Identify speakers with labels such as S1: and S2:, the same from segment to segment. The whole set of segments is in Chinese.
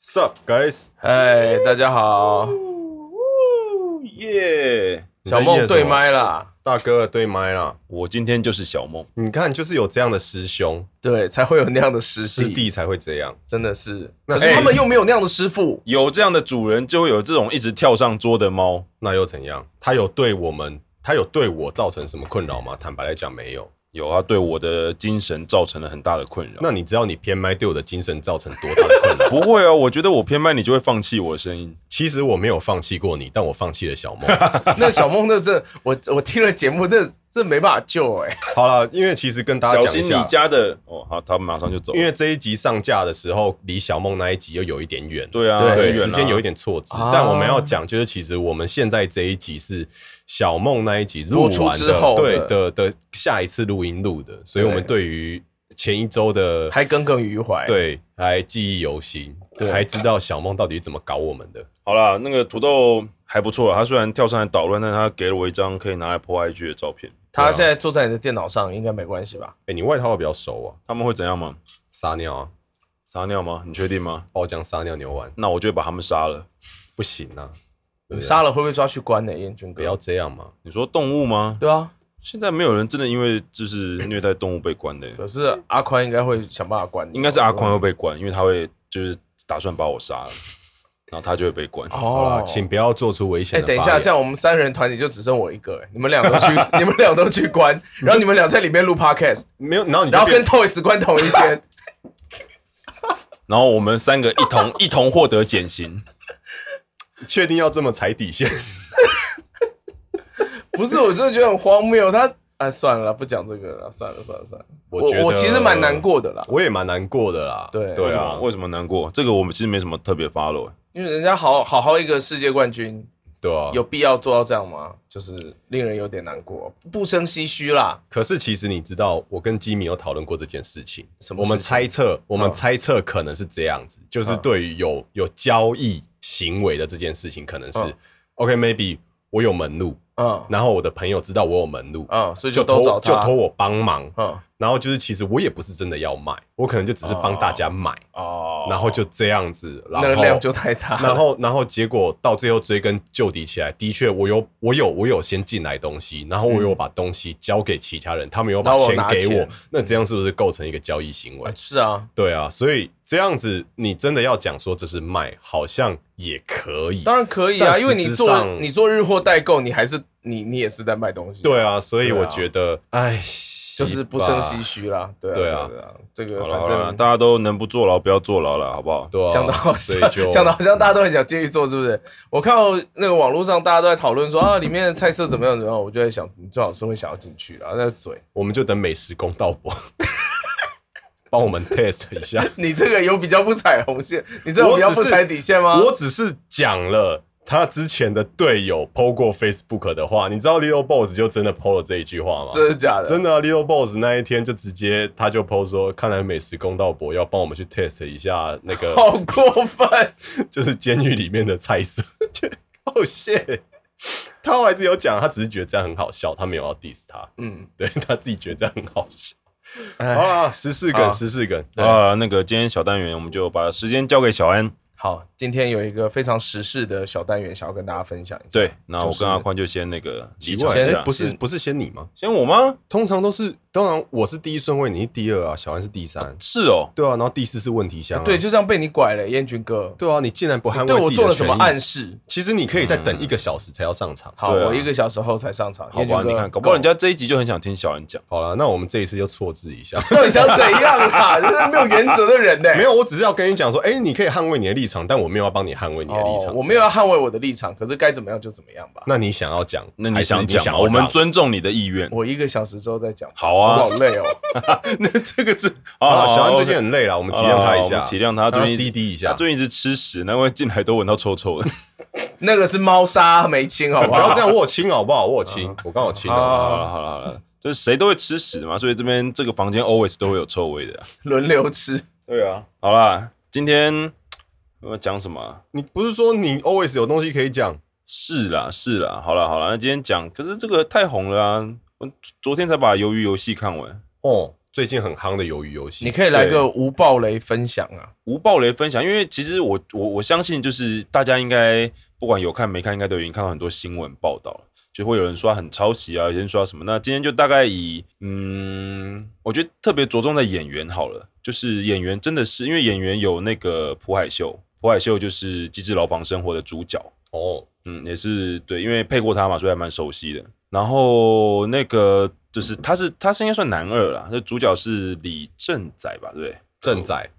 S1: Sup guys，
S2: 嗨，哎大家好，
S1: 耶！
S2: 小梦对麦啦，
S1: 大哥对麦啦。
S3: 我今天就是小梦，
S1: 你看，就是有这样的师兄
S2: 对，才会有那样的师
S1: 师弟才会这样。
S2: 真的是。
S1: 那哎
S2: 可是他们又没有那样的 师傅，
S3: 有这样的主人，就会有这种一直跳上桌的猫。
S1: 那又怎样？他有对我们，他有对我造成什么困扰吗？坦白来讲，没有。
S3: 有啊，对我的精神造成了很大的困扰。
S1: 那你知道你偏麦对我的精神造成多大的困 扰？
S3: 不会啊，我觉得我偏慢，你就会放弃我的声音。
S1: 其实我没有放弃过你，但我放弃了小梦。
S2: 那小梦那这我我听了节目，这这没办法救哎、
S1: 好了，因为其实跟大家
S3: 小
S1: 讲
S3: 心
S1: 一
S3: 你
S1: 下，
S3: 家的哦，好，他们马上就走了。
S1: 因为这一集上架的时候，离小梦那一集又有一点远。
S3: 对啊，
S1: 对，
S2: 对
S3: 很远啊
S1: 时间有一点错置，
S2: 啊
S1: 但我们要讲就是，其实我们现在这一集是小梦那一集录完的
S2: 播出之后
S1: 对
S2: 的
S1: 的的下一次录音录的，所以
S2: 对
S1: 我们对于前一周的
S2: 还耿耿于怀。，
S1: 对还记忆犹新，
S2: 对
S1: 还知道小梦到底是怎么搞我们的。
S3: 好啦，那个土豆还不错啊，他虽然跳上来捣乱，但他给了我一张可以拿来 po IG 的照片。
S1: 啊
S2: 他现在坐在你的电脑上，应该没关系吧？
S1: 哎，你外套比较熟啊，
S3: 他们会怎样吗？
S1: 撒尿啊，
S3: 撒尿吗？你确定吗？
S1: 爆浆撒尿牛丸
S3: 那我就会把他们杀了。
S1: 不行啊，
S2: 嗯
S1: 对不对
S2: 杀了会不会抓去关呢、燕君
S1: 不
S2: 哥，
S1: 要这样嘛。
S3: 你说动物吗？
S2: 对啊，
S3: 现在没有人真的因为就是虐待动物被关的、
S2: 可是阿宽应该会想办法关你。哦
S3: 应该是阿宽会被关，因为他会就是打算把我杀了，然后他就会被关。
S1: 好
S2: 哦
S1: 啦，，请不要做出危险
S2: 哎、
S1: 的发
S2: 等
S1: 言。
S2: 一下，这样我们三人团体就只剩我一个、哎，你们俩都去， 你们俩都去关，然后你们俩在里面录 podcast，
S1: 没有，然后你就
S2: 然后
S1: 变
S2: 跟 Toys 关同一间，
S3: 然后我们三个一同一同获得减刑。
S1: 确定要这么踩底线，
S2: 不是，我真的觉得很荒谬。他哎，算了啦，不讲这个了，算了算了算了。我
S1: 觉得
S2: 我其实蛮难，过的啦，
S1: 我也蛮难过的啦。
S2: 对
S1: 对
S3: 为什
S1: 啊
S3: 么，为什么难过？这个我们其实没什么特别 follow 欸、
S2: 因为人家好好好一个世界冠军，
S1: 对啊，
S2: 有必要做到这样吗？就是令人有点难过，不生唏嘘啦。
S1: 可是其实你知道，我跟基米有讨论过这件事情。
S2: 什么
S1: 我们
S2: 事情
S1: 猜测，我们
S2: 嗯
S1: 猜测可能是这样子，就是
S2: 嗯
S1: 对于有有交易行为的这件事情，可能是
S2: 嗯
S1: OK，maybe 我有门路，
S2: 嗯
S1: 然后我的朋友知道我有门路，
S2: 嗯，所以
S1: 就
S2: 都
S1: 托
S2: 找
S1: 就
S2: 他。
S1: 托我帮忙，
S2: 嗯
S1: 然后就是其实我也不是真的要卖，我可能就只是帮大家买，
S2: 哦，
S1: 然后就这样子，然
S2: 那个量
S1: 后
S2: 就太大了。
S1: 然后，然后结果到最后追根究底起来，的确，我有，我有，我有先进来东西，然后我有把东西交给其他人，他们有把
S2: 嗯然后我
S1: 钱
S2: 拿
S1: 给我
S2: 钱，嗯
S1: 那这样是不是构成一个交易行为
S2: 啊？是啊，
S1: 对啊，所以这样子，你真的要讲说这是卖，好像也可以。
S2: 当然可以啊，
S1: 但
S2: 因为
S1: 实
S2: 你
S1: 质
S2: 做
S1: 上
S2: 你做日货代购，你还是你你也是在卖东西。
S1: 对啊，所以
S2: 对啊
S1: 我觉得，哎，
S2: 就是不生唏
S1: 吧。
S2: 嘘啦。对啊
S1: 对啊
S2: 对啊，这个
S3: 好了
S2: 反
S3: 好了，
S2: 正
S3: 大家都能不坐牢不要坐牢了，好不好？
S1: 对啊，
S2: 讲的好
S1: 所
S2: 像
S1: 以就
S2: 讲的好像大家都很想继续做，是不是？我看到那个网络上大家都在讨论说啊，里面的菜色怎么样怎么样，我就在想，你最好是会想要进去啦，啊那嘴，
S1: 我们就等美食公道博 帮我们 test 一下。
S2: 你这个有比较不踩红线，你这有比较不踩底线吗？
S1: 我只是讲了他之前的队友 PO 过 Facebook 的话，你知道 Leo Boss 就真的 PO 了这一句话吗？
S2: 真的假的？
S1: 真的啊、l e o Boss 那一天就直接他就 PO 说，看来美食公道博要帮我们去 test 一下那个
S2: 好过分！
S1: 就是监狱里面的菜色，就好 shit。他后来自己有讲，他只是觉得这样很好笑，他没有要 diss 他，
S2: 嗯，
S1: 对他自己觉得这样很好笑。
S2: 哎
S1: 好啦，十四
S2: 好
S1: 梗，十四梗，
S3: 好了，那个今天小单元我们就把时间交给小安。
S2: 好，今天有一个非常时事的小单元，想要跟大家分享一下。
S3: 对，那我
S2: 就是
S3: 跟阿宽就先那个
S1: 奇
S3: 离场
S1: 怪，
S3: 一
S1: 哎
S3: 下，
S1: 不是不是先你吗？
S3: 先我吗？
S1: 通常都是，当然我是第一顺位，你是第二啊，小安是第三，
S3: 是哦，
S1: 对啊，然后第四是问题箱、啊，
S2: 对，就这样被你拐了，燕君哥，
S1: 对啊，你竟然不捍
S2: 对
S1: 卫
S2: 我
S1: 自己
S2: 做
S1: 的
S2: 了什
S1: 权
S2: 么暗
S1: 益，啊
S2: 示？
S1: 其实你可以再
S3: 嗯
S1: 等一个小时才要上场。
S2: 好，
S3: 对啊
S2: 我一个小时后才上场。
S3: 好
S2: 燕君
S3: 吧，
S2: 哥
S3: 你看，搞不好人家这一集就很想听小安讲。
S1: 好了，那我们这一次就错字一下。
S2: 到底想怎样啦？ 这是没有原则的人呢、
S1: 没有，我只是要跟你讲说，哎、你可以捍卫你的立场，但我没有要帮你捍卫你的立场。
S2: 哦，我没有要捍卫我的立场，可是该怎么样就怎么样吧。
S1: 那你想要讲，
S3: 那你
S1: 还是
S3: 想
S1: 你
S3: 讲
S1: 想
S3: 吗？
S1: 要
S3: 我们
S1: 让
S3: 尊重你的意愿。
S2: 我一个小时之后再讲，
S3: 好
S2: 我
S3: 啊，
S2: 好累哦。
S3: 那 这个 是
S1: 啊，
S3: 啊，
S1: 小安最
S3: OK
S1: 近很累了，我们体
S3: 好
S1: 谅
S3: 啦
S1: 他
S3: 好
S1: 一
S3: 我
S1: 下，
S3: 们体谅他
S1: 让
S3: 最近
S1: CD 一
S3: 他
S1: 下，
S3: 最近一直吃屎，难怪进来都闻到臭臭的。
S2: 那个是猫砂没清，哦啊好不
S1: 不
S2: 好？
S1: 要这样，我有亲好不好？我有亲，我刚好亲
S2: 好
S1: 了。
S3: 嗯好了好了好了，这谁都会吃屎的嘛，所以这边这个房间 always 都会有臭味的啊。
S2: 轮流吃。
S3: 对啊，好啦，今天我要讲什么啊？
S1: 你不是说你 always 有东西可以讲？
S3: 是啦是啦，好啦好啦，那今天讲，可是这个太红了啊！我昨天才把《鱿鱼游戏》看完，
S1: 哦，最近很夯的鱿鱼游戏。
S2: 你可以来
S3: 对
S2: 个无暴雷分享啊，
S3: 无暴雷分享，因为其实我我我相信，就是大家应该不管有看没看，应该都已经看到很多新闻报道了，就会有人说它很抄袭啊，有些人说它什么。那今天就大概以嗯，我觉得特别着重在演员好了，就是演员真的是因为演员有那个朴海秀，朴海秀就是《机智牢房生活》的主角，
S1: 哦，
S3: 嗯，也是对，因为配过他嘛，所以还蛮熟悉的。然后那个就是他是他是应该算男二啦，那主角是李正宰吧，对不对？
S1: 正仔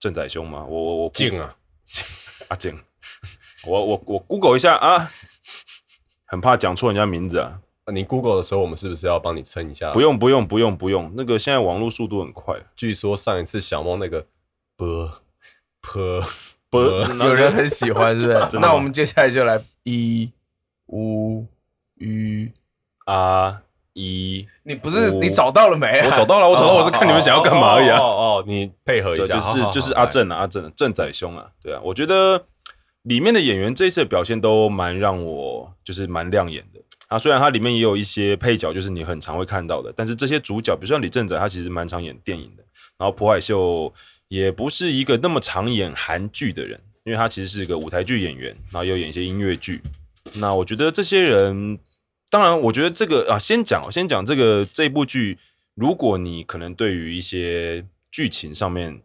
S3: 正宰兄吗？我我我
S1: 静啊，
S3: 阿静，我我我 Google 一下啊，很怕讲错人家名字啊。
S1: 你 Google 的时候，我们是不是要帮你撑一下？
S3: 不，用不用不用不用，那个现在网络速度很快，
S2: 呃
S1: 据说上一次小梦那个波波，
S3: 不
S1: 呃
S3: 是
S2: 有人很喜 欢，是不是？
S3: 真的吗
S2: 那我们接下来就来一五鱼，
S3: 啊一，
S2: 你不是
S3: 五
S2: 你找到了没啊？
S3: 我找到了，我找到，哦我是看你们想要干嘛而已
S1: 哦
S3: 啊。
S1: 哦哦，你配合一
S3: 对，
S1: 下，
S3: 就
S1: 好
S3: 是就是阿，正啊，阿正啊正仔兄啊，对啊，我觉得里面的演员这一次的表现都蛮让我就是蛮亮眼的啊。虽然它里面也有一些配角，就是你很常会看到的，但是这些主角，比如说像李正宰，他其实蛮常演电影的。然后朴海秀也不是一个那么常演韩剧的人，因为他其实是一个舞台剧演员，然后也有演一些音乐剧。那我觉得这些人，当然，我觉得这个啊，先讲哦，先讲这个这部剧，如果你可能对于一些剧情上面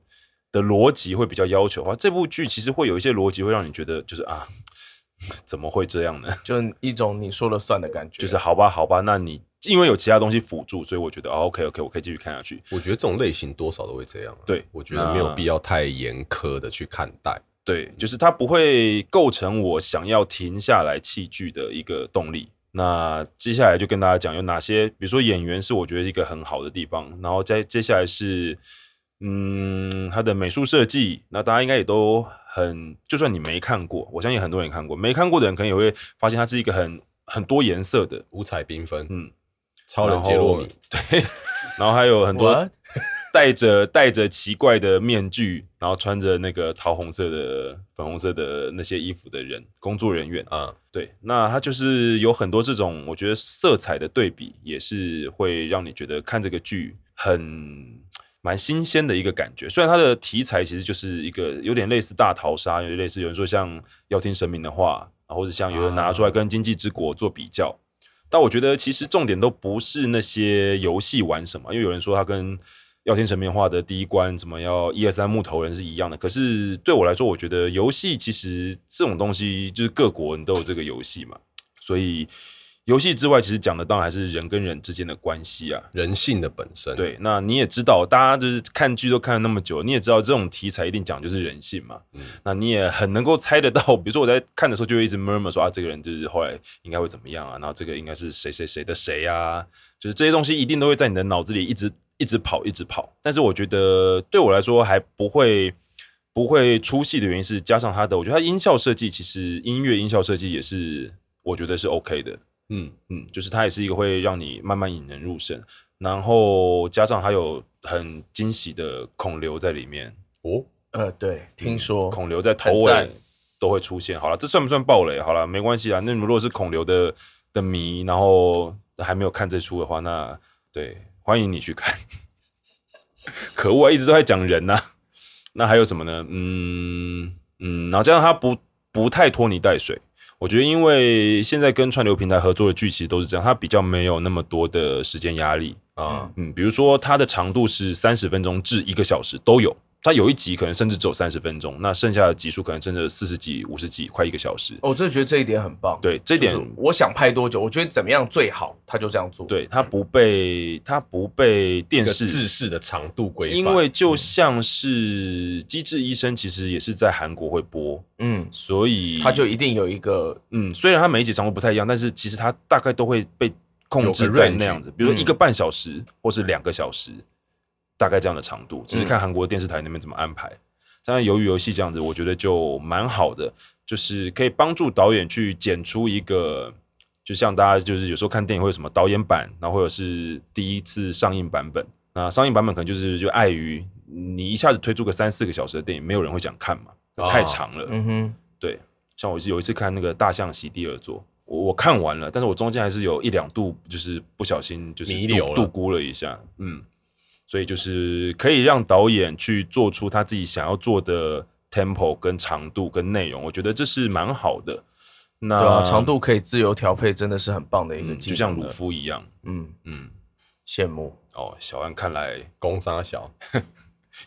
S3: 的逻辑会比较要求的话，这部剧其实会有一些逻辑会让你觉得就是啊， 怎么会这样呢？
S2: 就一种你说了算的感觉，
S3: 就是好吧，好吧，那你因为有其他东西辅助，所以我觉得、哦、OK OK，我可以继续看下去。
S1: 我觉得这种类型多少都会这样啊。
S3: 对
S1: 我觉得没有
S3: 那
S1: 必要太严苛的去看待。
S3: 对，就是它不会构成我想要停下来弃剧的一个动力。那接下来就跟大家讲有哪些，比如说演员是我觉得一个很好的地方，然后再接下来是，嗯，它的美术设计，那大家应该也都很，就算你没看过，我相信很多人也看过，没看过的人可能也会发现它是一个很很多颜色的，
S1: 五彩缤纷，
S3: 嗯，
S1: 超人杰洛米，
S3: 对，然后还有很多
S2: What？
S3: 戴着戴着奇怪的面具，然后穿着那个桃红色的、粉红色的那些衣服的人，工作人员。
S1: 啊，
S3: 对，那它就是有很多这种，我觉得色彩的对比也是会让你觉得看这个剧很蛮新鲜的一个感觉。虽然它的题材其实就是一个有点类似大逃杀，有点类似有人说像要听神明的话，然后或者像有人拿出来跟《经济之国》做比较。但我觉得其实重点都不是那些游戏玩什么，因为有人说它跟《要听神明话》的第一关什么要一二三木头人是一样的。可是对我来说，我觉得游戏其实这种东西就是各国人都有这个游戏嘛，所以游戏之外，其实讲的当然还是人跟人之间的关系啊。
S1: 人性的本身。，
S3: 对，那你也知道，大家就是看剧都看了那么久，你也知道这种题材一定讲就是人性嘛。
S1: 嗯
S3: 那你也很能够猜得到，比如说我在看的时候就会一直 murmur 说啊，这个人就是后来应该会怎么样啊，然后这个应该是谁谁谁的谁啊，就是这些东西一定都会在你的脑子里一直一直跑，一直跑。但是我觉得对我来说还不会不会出戏的原因是，加上它的，我觉得它音效设计其实音乐音效设计也是我觉得是 OK 的，
S1: 嗯，
S3: 嗯，就是它也是一个会让你慢慢引人入胜，然后加上还有很惊喜的孔刘在里面，
S1: 哦，
S2: 呃，对，听说
S3: 孔刘在头
S2: 很
S3: 尾
S2: 赞
S3: 都会出现。好了，这算不算暴雷？好了，没关系啊。那你们如果是孔刘的的迷，然后还没有看这出的话，那对，欢迎你 去看。可恶啊，一直都在讲人呐、那还有什么呢？嗯嗯，然后加上他不不太拖泥带水。我觉得，因为现在跟串流平台合作的剧其实都是这样，它比较没有那么多的时间压力。
S1: 啊，
S3: 嗯，比如说它的长度是三十分钟至一个小时都有，它有一集可能甚至只有三十分钟，那剩下的集数可能甚至四十集、五十集，快一个小时。
S2: 哦我真的觉得这一点很棒。
S3: 对这一点
S2: 就是我想拍多久，我觉得怎么样最好，他就这样做。，
S3: 对，它不被它不被
S1: 一
S3: 电
S1: 个
S3: 视
S1: 制式的长度规范，嗯
S3: 因为就像是《机智医生》，其实也是在韩国会播，
S2: 嗯，
S3: 所以
S2: 他就一定有一个
S3: 嗯，虽然它每一集长度不太一样，但是其实它大概都会被控制
S1: 有个
S3: 在
S1: range
S3: 那样子，比如说一个半小时、或是两个小时，大概这样的长度，只是看韩国电视台那边怎么安排。像鱿鱼游戏这样子，我觉得就蛮好的，就是可以帮助导演去剪出一个，就像大家就是有时候看电影会有什么导演版，然后或者是第一次上映版本。那上映版本可能就是就碍于你一下子推出个三四个小时的电影，没有人会想看嘛，太
S1: 啊
S3: 长了。
S2: 嗯哼，
S3: 对，像我有一次看那个《大象席地而坐》，我我看完了，但是我中间还是有一两度就是不小心就是
S1: 弥
S3: 度
S1: 留了
S3: 度估了一下，嗯，所以就是可以让导演去做出他自己想要做的 tempo 跟长度跟内容，我觉得这是蛮好的。那、
S2: 对啊，长度可以自由调配，真的是很棒的一个
S3: 嗯
S2: 技
S3: 就
S2: 能。
S3: 像鲁夫一样，
S2: 嗯，
S3: 嗯，
S2: 羡慕
S3: 哦，小安看来
S1: 攻杀小，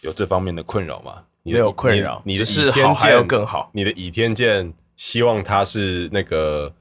S3: 有这方面的困扰嘛？
S1: 你
S2: 没
S1: 的
S2: 有困
S1: 你
S2: 扰，
S1: 你的
S2: 只
S1: 倚
S2: 是
S1: 天
S2: 好还要
S1: 剑
S2: 更好。
S1: 你的倚天剑，希望它是那个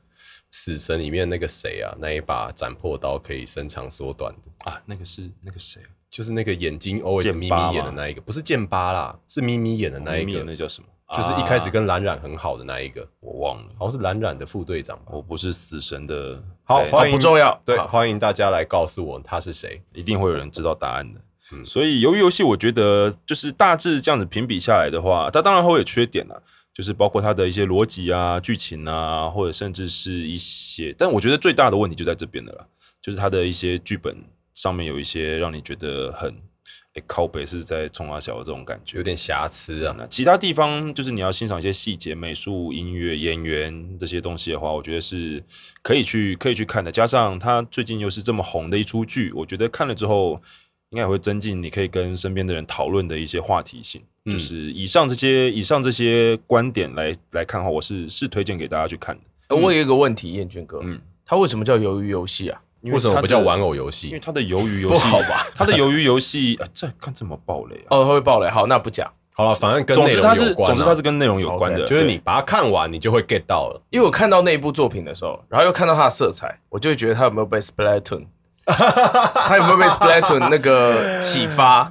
S1: 死神里面那个谁啊，那一把斩破刀可以伸长缩短的，
S3: 啊，那个是那个谁啊，
S1: 就是那个眼睛 always
S3: 剑
S1: 眯
S3: 八
S1: 眯眼的
S3: 吗
S1: 那一个，不是剑八啦，是眯眯眼的那一
S3: 明
S1: 个
S3: 眼，那叫什么？
S1: 就是一开始
S3: 啊
S1: 跟蓝染很好的那一个，
S3: 我忘了，
S1: 好像是蓝染的副队长吧。
S3: 我不是死神的，
S1: 好，
S3: 对
S1: 欢迎
S2: 啊不重要
S1: 对，
S2: 好
S1: 欢迎大家来告诉我他是谁。
S3: 一定会有人知道答案的。
S1: 嗯
S3: 所以由于游戏，我觉得就是大致这样子评比下来的话，它当然会有缺点啊，就是包括它的一些逻辑啊、剧情啊，或者甚至是一些，但我觉得最大的问题就在这边的啦，就是它的一些剧本上面有一些让你觉得很诶靠北是在冲啊小的这种感觉
S1: 有。点瑕疵啊。
S3: 那其他地方就是你要欣赏一些细节、美术、音乐、演员这些东西的话，我觉得是可以去可以去看的。加上它最近又是这么红的一出剧，我觉得看了之后应该也会增进你可以跟身边的人讨论的一些话题性。
S1: 嗯
S3: 就是以上这些以上这些观点来来看的话，我是是推荐给大家去看的。
S2: 呃我有一个问题，燕君哥，
S3: 嗯
S2: 它为什么叫鱿鱼游戏啊？
S3: 因
S1: 为什么
S3: 它
S1: 不叫
S3: 的
S1: 玩？偶游
S3: 因为
S1: 戏？
S3: 它的鱿鱼游戏
S2: 不好吧？
S3: 它的鱿鱼游戏，啊这看这么暴雷啊！
S2: 哦，它会爆雷，好，那不讲，
S1: 好了，反正跟
S3: 总
S1: 内
S3: 之
S1: 容
S3: 它
S1: 有
S3: 是
S1: 关啊、
S3: 总之它是跟内容有关的，
S1: 就是
S3: 对
S1: 你把它看完，你就会 get 到了。
S2: 因为我看到那一部作品的时候，然后又看到它的色彩，我就会觉得它有没有被 Splatoon，它有没有被 Splatoon 那个启发？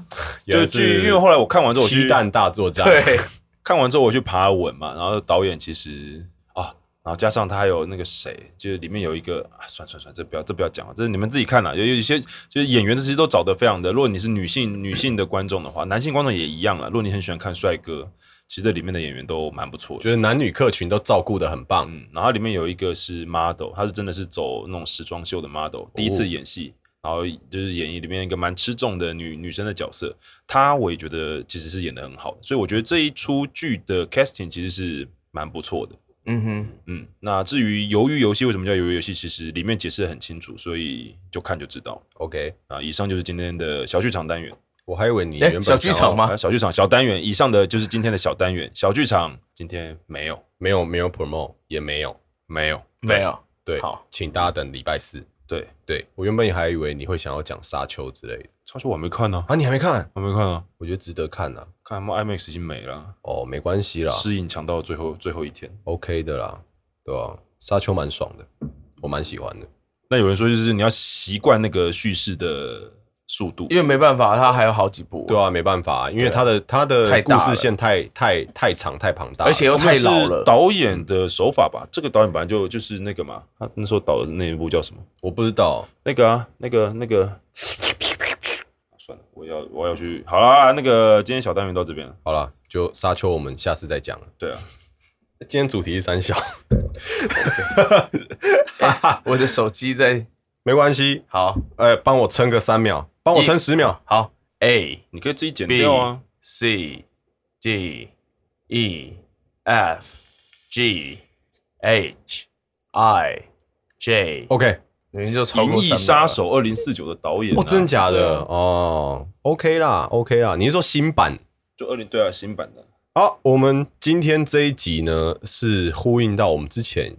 S3: 就
S1: 原来
S3: 是因为后来我看完之后我去
S1: 鸡蛋大作战，
S2: 对，
S3: 看完之后我去爬文嘛，然后导演其实啊，然后加上他还有那个谁，就是里面有一个啊，算算算，这不要这不要讲了，这是你们自己看啦。有有一些就是演员的其实都找得非常的，如果你是女性女性的观众的话，男性观众也一样啦。如果你很喜欢看帅哥，其实这里面的演员都蛮不错
S1: 我
S3: 的。
S1: 觉得男女客群都照顾的很棒。
S3: 嗯，然后里面有一个是 model，他是真的是走那种时装秀的 model，第一次演戏，然后就是演绎里面一个蛮吃重的女女生的角色，她我也觉得其实是演的很好的，所以我觉得这一出剧的 casting 其实是蛮不错的。
S2: 嗯哼，
S3: 嗯，那至于鱿鱼游戏为什么叫鱿鱼游戏，其实里面解释得很清楚，所以就看就知道
S1: OK，
S3: 啊。以上就是今天的小剧场单元，
S1: 我还以为你
S2: 哎
S1: 原本
S2: 小剧
S1: 想要
S2: 场吗
S3: 啊，小剧场小单元，以上的就是今天的小单元小剧场，今天没有
S1: 没有没有 promo 也没有，
S3: 没有，
S2: 没有，
S1: 对，
S2: 好，
S1: 请大家等礼拜四。
S3: 对，
S1: 对我原本还以为你会想要讲沙丘之类的
S3: 超球我还没看呢、
S1: 啊，
S3: 哎
S1: 你还没看？
S3: 我还没看啊。
S1: 我觉得值得看啊。
S3: 看 IMAX 已经没了，
S1: 哦，没关系
S2: 啊
S1: 啦
S3: 适应强到最后最后一天。
S1: ，OK 的啦，对吧、沙丘蛮爽的，我蛮喜欢的。
S3: 那有人说就是你要习惯那个叙事的速度，
S2: 因为没办法，它还有好几部，
S1: 对啊，没办法、因为
S3: 对啊
S1: 他的他的
S2: 太
S1: 故
S2: 大
S1: 事
S2: 了
S1: 线太太太长太庞大了，
S2: 而且又
S3: 我
S2: 太
S3: 们
S2: 老
S3: 是
S2: 了，
S3: 导演的手法吧，这个导演本来就就是那个嘛，他那时候导的那一部叫什么？
S1: 我不知道，
S3: 那个啊，那个那个，啊算了，我要我要去，好啦，那个今天小单元到这边了。
S1: 好啦，就沙丘，我们下次再讲了。
S3: 对啊，
S1: 今天主题是三小，
S2: 我的手机在，
S1: 没关系，
S2: 好
S1: 呃，帮我撑个三秒，帮我撑十秒。
S2: 好 A
S3: 你可以自己剪
S2: B
S3: 掉啊。
S2: C D E F G H I J，
S1: OK，
S2: 你们就
S3: 《
S2: 超
S3: 银
S2: 过
S3: 翼
S2: 三秒
S3: 杀
S2: 了
S3: 手二零四九》的导演、啊，
S1: 哦，真的假
S3: 对
S1: 的？
S3: 啊
S1: 哦，OK 啦，OK 啦，你是说新版？
S3: 就二零对啊，新版的。
S1: 好，我们今天这一集呢，是呼应到我们之前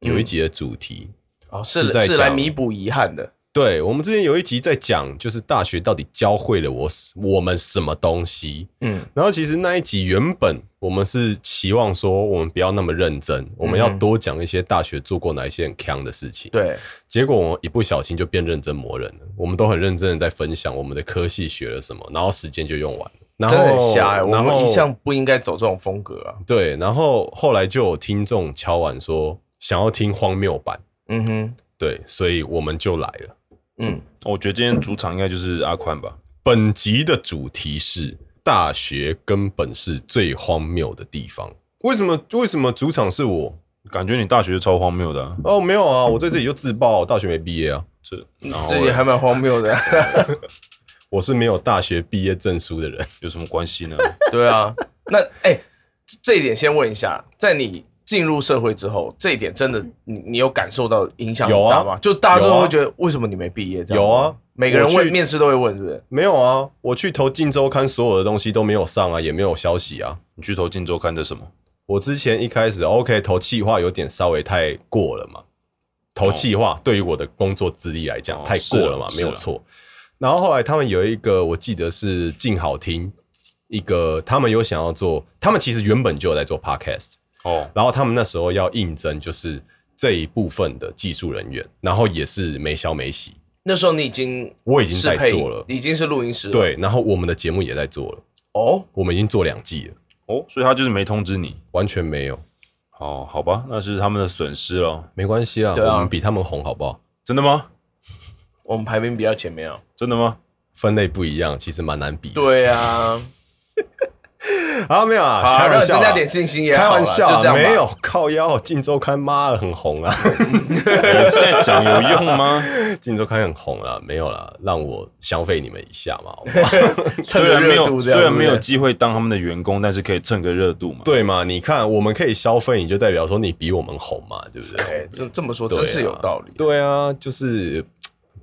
S1: 有一集的主题。
S2: 哦，
S1: 是
S2: 是
S1: 在
S2: 是来
S1: 讲
S2: 弥补遗憾的，
S1: 对，我们之前有一集在讲，就是大学到底教会了我我们什么东西。
S2: 嗯，
S1: 然后其实那一集原本我们是期望说，我们不要那么认
S2: 嗯
S1: 真，我们要多讲一些大学做过哪一些很坑的事情。
S2: 对，
S1: 结果我们一不小心就变认真磨人了。我们都很认真的在分享我们的科系学了什么，然后时间就用完了。然后
S2: 真的很瞎哎、我
S1: 然后
S2: 们一向不应该走这种风格啊。
S1: 对，然后后来就有听众敲碗说想要听荒谬版，
S2: 嗯哼，
S1: 对，所以我们就来了。
S2: 嗯，
S3: 我觉得今天主场应该就是阿宽吧。
S1: 本集的主题是大学根本是最荒谬的地方。为什么？为什么主场是我？
S3: 感觉你大学超荒谬的、啊，
S1: 哦，没有啊，我在这里就自爆，大学没毕业啊，
S3: 这然后
S2: 这也还蛮荒 谬的。
S1: 我是没有大学毕业证书的人。
S3: 有什么关系呢？
S2: 对啊，那哎、这这一点先问一下，在你进入社会之后，这一点真的你你有感受到影响很
S1: 有啊
S2: 大吗？就大家
S1: 有
S2: 都
S1: 啊
S2: 会觉得为什么你没毕业这样？
S1: 有啊，，
S2: 每个人
S1: 我
S2: 问
S1: 去
S2: 面试都会问，是不是？
S1: 没有啊，我去投《镜周刊》，所有的东西都没有上啊，也没有消息啊。
S3: 你去投《镜周刊》的什么？
S1: 我之前一开始哦 OK 投企划有点稍微太过了嘛，投企划对于我的工作资历来讲、
S3: 哦
S1: 太过了嘛，
S3: 是啊
S1: 没有
S3: 是啊
S1: 错。然后后来他们有一个，我记得是静好听，一个他们有想要做，他们其实原本就有在做 podcast，
S3: 哦，
S1: 然后他们那时候要应征就是这一部分的技术人员，然后也是没消没息，
S2: 那时候你已经
S1: 我已经
S2: 是
S1: 在
S2: 配
S1: 做
S2: 音
S1: 了
S2: 已经是录音师了。
S1: 对，然后我们的节目也在做了，
S2: 哦，
S1: 我们已经做两季了，
S3: 哦，所以他就是没通知你。
S1: 完全没有，
S3: 哦，好吧，那是他们的损失咯。
S1: 没关系啦，
S2: 对啊
S1: 我们比他们红好不好？
S3: 真的吗？
S2: 我们排名比较 前面啊。
S3: 真的吗？
S1: 分类不一样，其实蛮难比的。
S2: 对啊，
S1: 啊，没有
S2: 好
S1: 啊，
S2: 啊，
S1: 开
S2: 让
S1: 玩
S2: 你
S1: 笑
S2: 增
S1: 啦，
S2: 加点信心也
S1: 开
S2: 好啦啊
S1: 玩笑
S2: 就这样
S1: 啦，
S2: 吧
S1: 没有靠腰，《晋周刊》妈的很红啊，
S3: 你现在讲有用吗？
S1: 《晋周刊》很红啦，没有啦，让我消费你们一下嘛，好不好
S2: 趁
S3: 虽
S2: 着
S3: 然没
S2: 热度
S3: 有
S2: 这样
S3: 虽然没有
S2: 是不是
S3: 机会当他们的员工，但是可以蹭个热度嘛。，
S1: 对嘛？你看，我们可以消费，你就代表说你比我们红嘛，对不对？
S2: 哎，这这么说
S3: 哦
S1: 对啊
S2: 真是有道理。
S1: 对啊，就是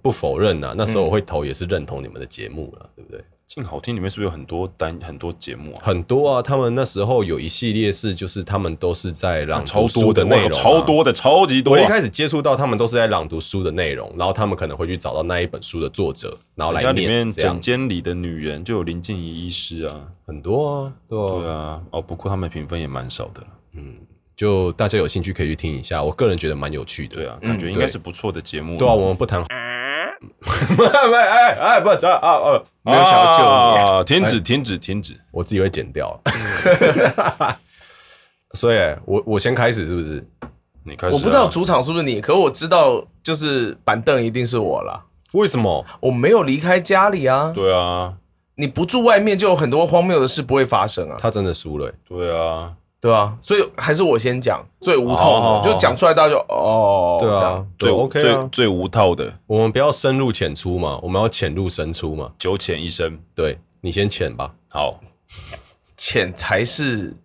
S1: 不否认啊呐，那时候
S3: 嗯
S1: 我会投也是认同你们的节目了，对不对？
S3: 静好听里面是不是有很多单很多节目啊？
S1: 很多啊，他们那时候有一系列是，就是他们都是在朗
S3: 超
S1: 读
S3: 多
S1: 书
S3: 的
S1: 内容啊、
S3: 哇超多的，超级多
S1: 我
S3: 啊。
S1: 一开始接触到他们都是在朗读书的内容，然后他们可能会去找到那一本书的作者，然后来
S3: 那
S1: 念
S3: 里面
S1: 这样
S3: 整
S1: 子
S3: 间里的女人就有林静怡医师啊，
S1: 很多啊，对啊，
S3: 对啊，哦，不过他们评分也蛮少的了，
S1: 就大家有兴趣可以去听一下，我个人觉得蛮有趣的。
S3: 对，啊，嗯感觉应该是不错的节目，
S1: 对啊，我们不 谈，不哎哎哎，不啊啊啊，
S3: 没有想要救你，啊停止，停止，停止，
S1: 我自己会剪掉。嗯 所以，我我先开始是不是？
S3: 你开始啊，
S2: 我不知道主场是不是你，可我知道就是板凳一定是我啦。
S1: 为什么？
S2: 我没有离开家里啊，
S3: 对啊，
S2: 你不住外面就有很多荒谬的事不会发生啊，
S1: 他真的输了欸、
S3: 对啊，
S2: 对啊，所以还是我先讲最无
S3: 好好
S2: 痛
S3: 好
S2: 的，就讲出来大家就哦，
S1: 对
S2: 这
S1: 啊
S2: 样，
S1: 对
S3: 最
S1: OK
S3: 最
S1: 啊，
S3: 最无套的
S1: 我们不要深入浅出嘛，我们要浅入深出嘛。
S3: 九浅一深，
S1: 对你先浅吧，
S3: 好，
S2: 浅才是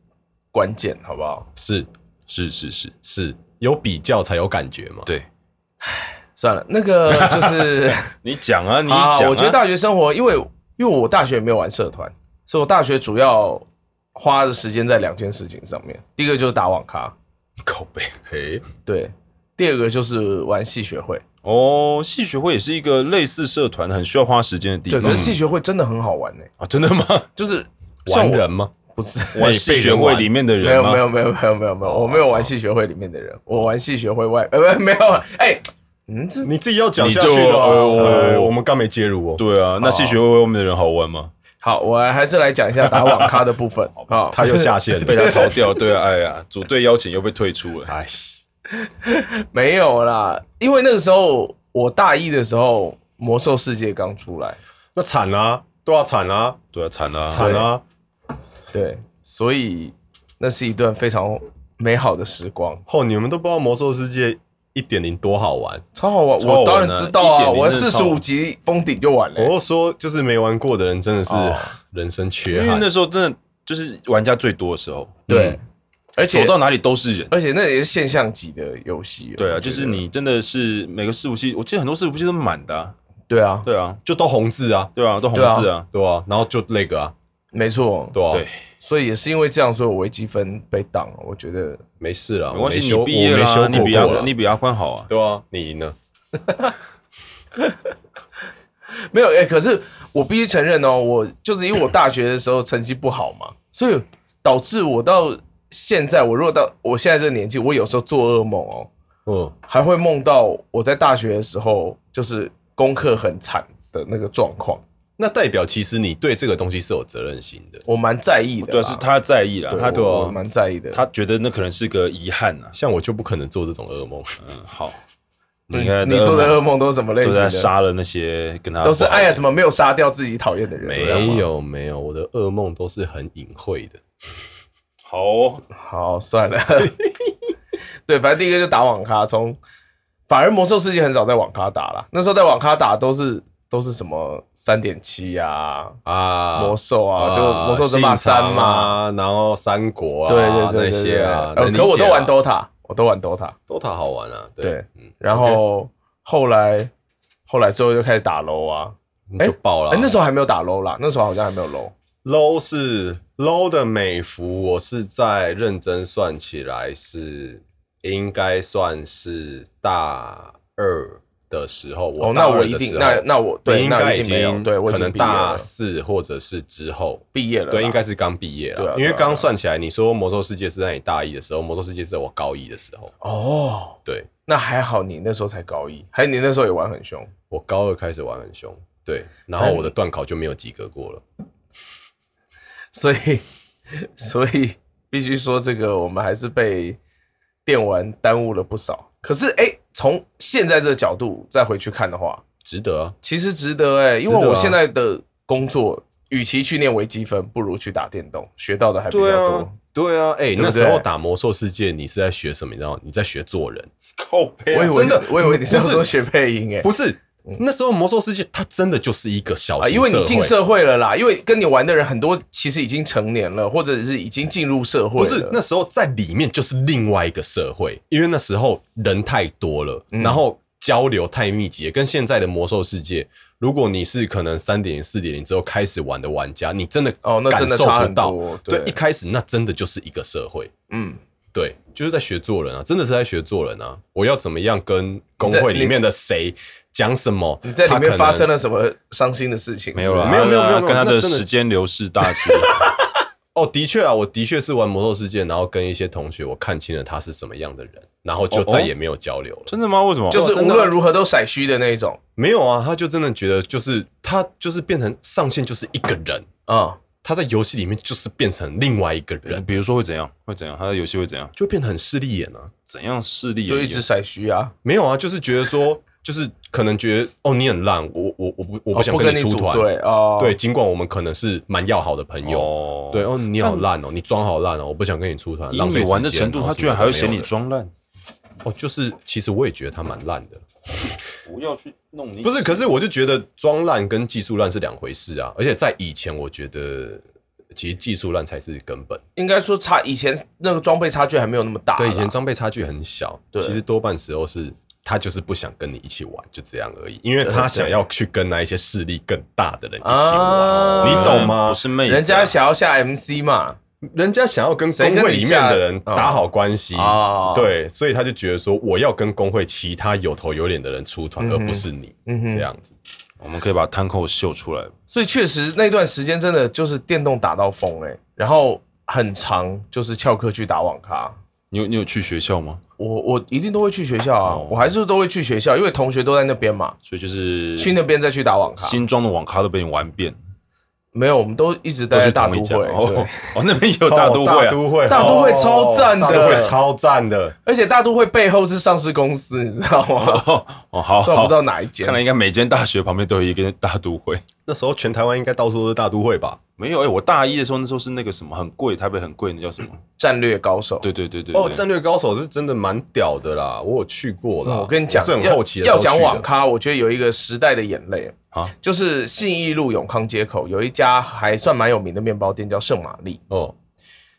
S2: 关键，好不好？
S1: 是
S3: 是是是，
S1: 是有比较才有感觉嘛。
S3: 对
S2: 算了，那个就是
S3: 你讲啊，你
S2: 啊
S3: 讲啊，
S2: 我觉得大学生活，因为因为我大学也没有玩社团，所以我大学主要花的时间在两件事情上面，第一个就是打网咖，
S1: 口碑，嘿，
S2: 对，第二个就是玩系学会，
S3: 哦，戏学会也是一个类似社团，很需要花时间的地
S2: 对，
S3: 方
S2: 可是系学会真的很好玩呢、欸
S3: 啊，真的吗？
S2: 就是像
S1: 玩
S2: 我
S1: 人吗？
S2: 不是。
S3: 玩
S1: 被
S3: 戏
S1: 被
S3: 学
S1: 人
S3: 会
S1: 玩
S3: 里面的
S2: 没有
S3: 人吗？啊哦
S2: 没有没有没有没有没有，我没有玩戏学会里面的人，我玩戏学会外呃不 没有哎，嗯这
S1: 你自己要讲下
S3: 你
S1: 去
S3: 就
S1: 的、啊
S3: 哎
S1: 哎
S3: 呦
S1: 我们刚没介入哦。
S3: 对啊，那戏学会外面的人好 玩吗？
S2: 好，我还是来讲一下打网咖的部 分啊。
S1: 他又下 线
S3: 被
S1: 了，
S3: 他逃掉，对啊，哎呀，组队邀请又被退出 了。
S1: 哎，
S2: 没有啦，因为那个时候我大一的时候，《魔兽世界》刚出来，
S1: 那惨啦、啊，对啊，惨啦、啊，
S3: 对啊，惨了、啊，
S1: 惨啦、啊，
S2: 对，所以那是一段非常美好的时光，
S1: 吼、你们都不知道《魔兽世界》一点零多好玩。
S2: 超好玩。
S3: 超好玩
S2: 我当然
S3: 啊
S2: 知道啊，
S3: 1.0
S2: 我
S3: 真的
S2: 四
S3: 哦超
S2: 十
S3: 好玩
S2: 五级封顶就完了、
S1: 我又说，就是没玩过的人真的是
S3: 哦
S1: 人生
S3: 因
S1: 缺
S3: 为
S1: 憾。
S3: 那时候真的就是玩家最多的时候，
S2: 对，
S1: 嗯
S2: 而
S3: 走
S2: 且
S3: 到哪里都是人。
S2: 而且那也是现象级的游戏了。
S3: 对
S2: 我
S3: 啊，
S2: 觉
S3: 就
S2: 得
S3: 是你真的是每个伺服器，我记得很多伺服器都满的、啊。
S2: 对啊，
S3: 对啊，
S1: 就都红字啊，
S3: 对啊，都红字啊。
S1: 对啊，然后就那个啊，
S2: 没错，
S1: 对啊，
S3: 对，
S2: 所以也是因为这样，所以我微积分被挡了。我觉得
S1: 没事啦，
S3: 没关系，
S1: 我没修
S3: 你毕业
S1: 我没
S3: 啦，
S1: 修
S3: 你
S1: 过
S3: 比
S1: 过
S3: 阿
S1: 啦
S3: 你比阿宽好啊。
S1: 对啊，你赢了，
S2: 没有哎、可是我必须承认哦，我就是因为我大学的时候成绩不好嘛，所以导致我到现在，我如果到我现在这个年纪，我有时候做噩梦哦，
S1: 嗯，
S2: 还会梦到我在大学的时候就是功课很惨的那个状况，
S1: 那代表其实你对这个东西是有责任心的。
S2: 我蛮在意的啦。
S3: 对啊，是他在意啦，
S2: 对
S3: 他
S2: 我我
S1: 啊
S2: 蛮在意的。
S3: 他觉得那可能是个遗憾啊。
S1: 像我就不可能做这种噩梦，
S3: 嗯，好，
S1: 嗯
S2: 你
S3: 看
S2: 你做的噩梦都是什么类
S3: 都
S2: 型
S3: 在
S2: 的？
S3: 杀了那些跟他
S2: 都是
S3: 不好
S2: 哎呀，怎么没有杀掉自己讨厌的人？这样吗
S1: 没有没有，我的噩梦都是很隐晦的。
S3: 好哦
S2: 好，算了。 对，反正第一个就打网咖，从反而魔兽世界很少在网咖打啦，那时候在网咖打都是都是什么三点七啊、
S1: 啊，
S2: 魔兽啊，就魔兽争霸
S1: 信长
S2: 三嘛。
S1: 啊，然后三国啊，
S2: 对对对
S1: 那
S2: 对
S1: 些
S2: 对
S1: 啊，
S2: 呃
S1: 能理解
S2: 可我都玩
S1: 啊
S2: DOTA，我都玩 DOTA。
S1: 嗯 DOTA 好玩啊，对
S2: 对
S1: 嗯
S2: 然后后来后来之后就开始打 low 啊，
S1: 你就爆了、
S2: 哎、那时
S1: 候
S2: 候还没有打 low 啦，那时候好像还没有 low。
S1: low 是 low 的美服，我是在认真算起来是应该算是大二的时候，我大
S2: 哦，那
S1: 二
S2: 我
S1: 的
S2: 一定，
S1: 时候
S2: 那那我
S1: 你
S2: 对，
S1: 应
S2: 那
S1: 该
S2: 一
S1: 已
S2: 定没有，对我已
S1: 可
S2: 经
S1: 能
S2: 毕业
S1: 大
S2: 了，
S1: 四或者是之后。
S2: 毕业了啦，
S1: 对，应该是刚毕业了，
S2: 对啊
S1: 因为
S2: 对啊
S1: 刚算起来，你说魔兽世界是在你大一的时候，魔兽世界是在我高一的时候，
S2: 哦，
S1: 对
S2: 那还好，你那时候才高一，还有你那时候也玩很凶，
S1: 我高二开始玩很凶，对，然后我的段考就没有及格过了，
S2: 所以 所以必须说这个我们还是被电玩耽误了不少。可是哎，从现在这个角度再回去看的话，
S1: 值得啊，
S2: 其实值得哎，
S1: 值
S2: 因为
S1: 得啊
S2: 我现在的工作，与其去念微积分，不如去打电动，学到的还比较
S1: 对
S2: 多
S1: 啊。，对啊，哎、
S2: 对
S1: 那时
S2: 不
S1: 候
S2: 对
S1: 打魔兽世界，你是在学什么？你知道吗，你在学做人，
S3: 靠背
S2: 我以
S3: 啊，
S2: 为
S1: 真的
S2: 我以为你是要
S1: 不是
S2: 说学配音哎，
S1: 不是？那时候魔兽世界它真的就是一个小
S2: 啊，
S1: 型
S2: 因为你
S1: 社
S2: 进
S1: 会
S2: 社会了啦，因为跟你玩的人很多，其实已经成年了，或者是已经进入社会
S1: 不
S2: 了。
S1: 是那时候在里面就是另外一个社会，因为那时候人太多了，
S2: 嗯
S1: 然后交流太密集了，跟现在的魔兽世界，如果你是可能三点零、四点零之后开始玩的玩家，你真的
S2: 哦那真
S1: 感
S2: 的
S1: 受
S2: 差
S1: 不
S2: 很
S1: 到
S2: 多，
S1: 对，
S2: 对
S1: 一开始那真的就是一个社会，
S2: 嗯，
S1: 对，就是在学做人啊，真的是在学做人啊，我要怎么样跟工会里面的谁讲什么，
S2: 你在里面发生
S1: 了
S2: 了什么伤心的事情？嗯
S3: 没有了，
S1: 没有没有
S3: 他
S1: 没有没有
S3: 跟他的
S1: 那真的
S3: 时间流逝大 师，
S1: 哦，的确啊，我的确是玩魔兽世界，然后跟一些同学我看清了他是什么样的人，然后就
S3: 哦哦
S1: 再也没有交流了。
S3: 真的吗？为什么？
S2: 就是
S1: 哦真
S2: 无
S1: 的啊
S2: 论如何都甩虚的那一种
S1: 没有啊，他就真的觉得就是他就是变成上线就是一个人，
S2: 啊。
S1: 他在游戏里面就是变成另外一个
S2: 嗯
S1: 人，
S3: 呃比如说会怎样？会怎样？他的游戏会怎样？
S1: 就变得很势利眼啊。
S3: 怎样势力
S2: 就
S3: 而已
S2: 一直甩虚啊，
S1: 没有啊，就是觉得说，就是可能觉得哦你很烂，我我我不我
S2: 我
S1: 不想
S2: 哦不
S1: 跟
S2: 跟
S1: 你出
S2: 组
S1: 团，
S2: 队哦，
S1: 对，，尽管我们可能是蛮要好的朋友，
S3: 哦
S1: 对哦你好烂哦，你装好烂哦，我不想跟你出团，
S3: 以
S1: 浪费
S3: 你玩的
S1: 时间
S3: 程度，
S1: 然后
S3: 他
S1: 什么
S3: 居然还
S1: 都
S3: 会
S1: 没
S3: 嫌
S1: 有
S3: 你
S1: 的
S3: 装烂，
S1: 哦，就是其实我也觉得他蛮烂的，
S3: 不要去弄你
S1: 不是，可是我就觉得装烂跟技术烂是两回事啊，而且在以前我觉得其实技术烂才是根本。
S2: 应该说差以前那个装备差距还没有那么大啦。
S1: 对，以前装备差距很小，
S2: 对
S1: 其实多半时候是他就是不想跟你一起玩，就这样而已，因为
S2: 对
S1: 他
S2: 对
S1: 想要去跟那一些势力更大的人一起玩，
S2: 啊
S1: 你懂吗？
S3: 不是妹子啊，
S2: 人家想要下 MC 嘛，
S1: 人家想要跟
S2: 谁
S1: 工
S2: 跟
S1: 会
S2: 你
S1: 里面
S2: 下
S1: 的人打好关系
S2: 哦
S1: 对，所以他就觉得说，我要跟工会其他有头有脸的人出团，而不是你、
S2: 嗯哼
S1: 这样子。
S3: 我们可以把摊口秀出来。
S2: 所以确实那段时间真的就是电动打到疯哎、然后很长就是翘课去打网咖。
S3: 你有你有去学校吗？
S2: 我我一定都会去学校啊，
S3: 哦
S2: 我还是都会去学校，因为同学都在那边嘛，
S3: 所以就是
S2: 去那边再去打网咖。
S3: 新装的网咖都被你玩遍，
S2: 没有，我们都一直待
S3: 都
S2: 在
S3: 是
S2: 大
S3: 同
S2: 都
S3: 一家。
S2: 会，
S3: 哦
S2: 对，
S3: 哦，那边有大都
S1: 哦
S3: 会
S1: 大
S3: 啊。
S1: 都会，
S2: 大都会
S1: 哦
S2: 超赞的
S1: 大都会超赞的。
S2: 而且大都会背后是上市公司，你知道吗？
S3: 哦哦，好，
S2: 虽然我
S3: 好
S2: 不知，道哪一间
S3: 看来，应该每间大学旁边都有一个大都会。
S1: 那时候全台湾应该到处都是大都会吧？
S3: 没有哎，我大一的时候，那时候是那个什么很贵，台北很贵，那叫什么？
S2: 战略高手。
S3: 对对对对。
S1: 哦，
S3: 对
S1: 战略高手是真的蛮屌的啦，我有去过啦。
S2: 嗯我跟你讲，
S1: 是很
S2: 要
S1: 好奇的时
S2: 要
S1: 候去的
S2: 讲网咖，我觉得有一个时代的眼泪
S3: 啊
S2: 就是信义路永康街口有一家还算蛮有名的面包店，叫圣玛丽。
S1: 哦，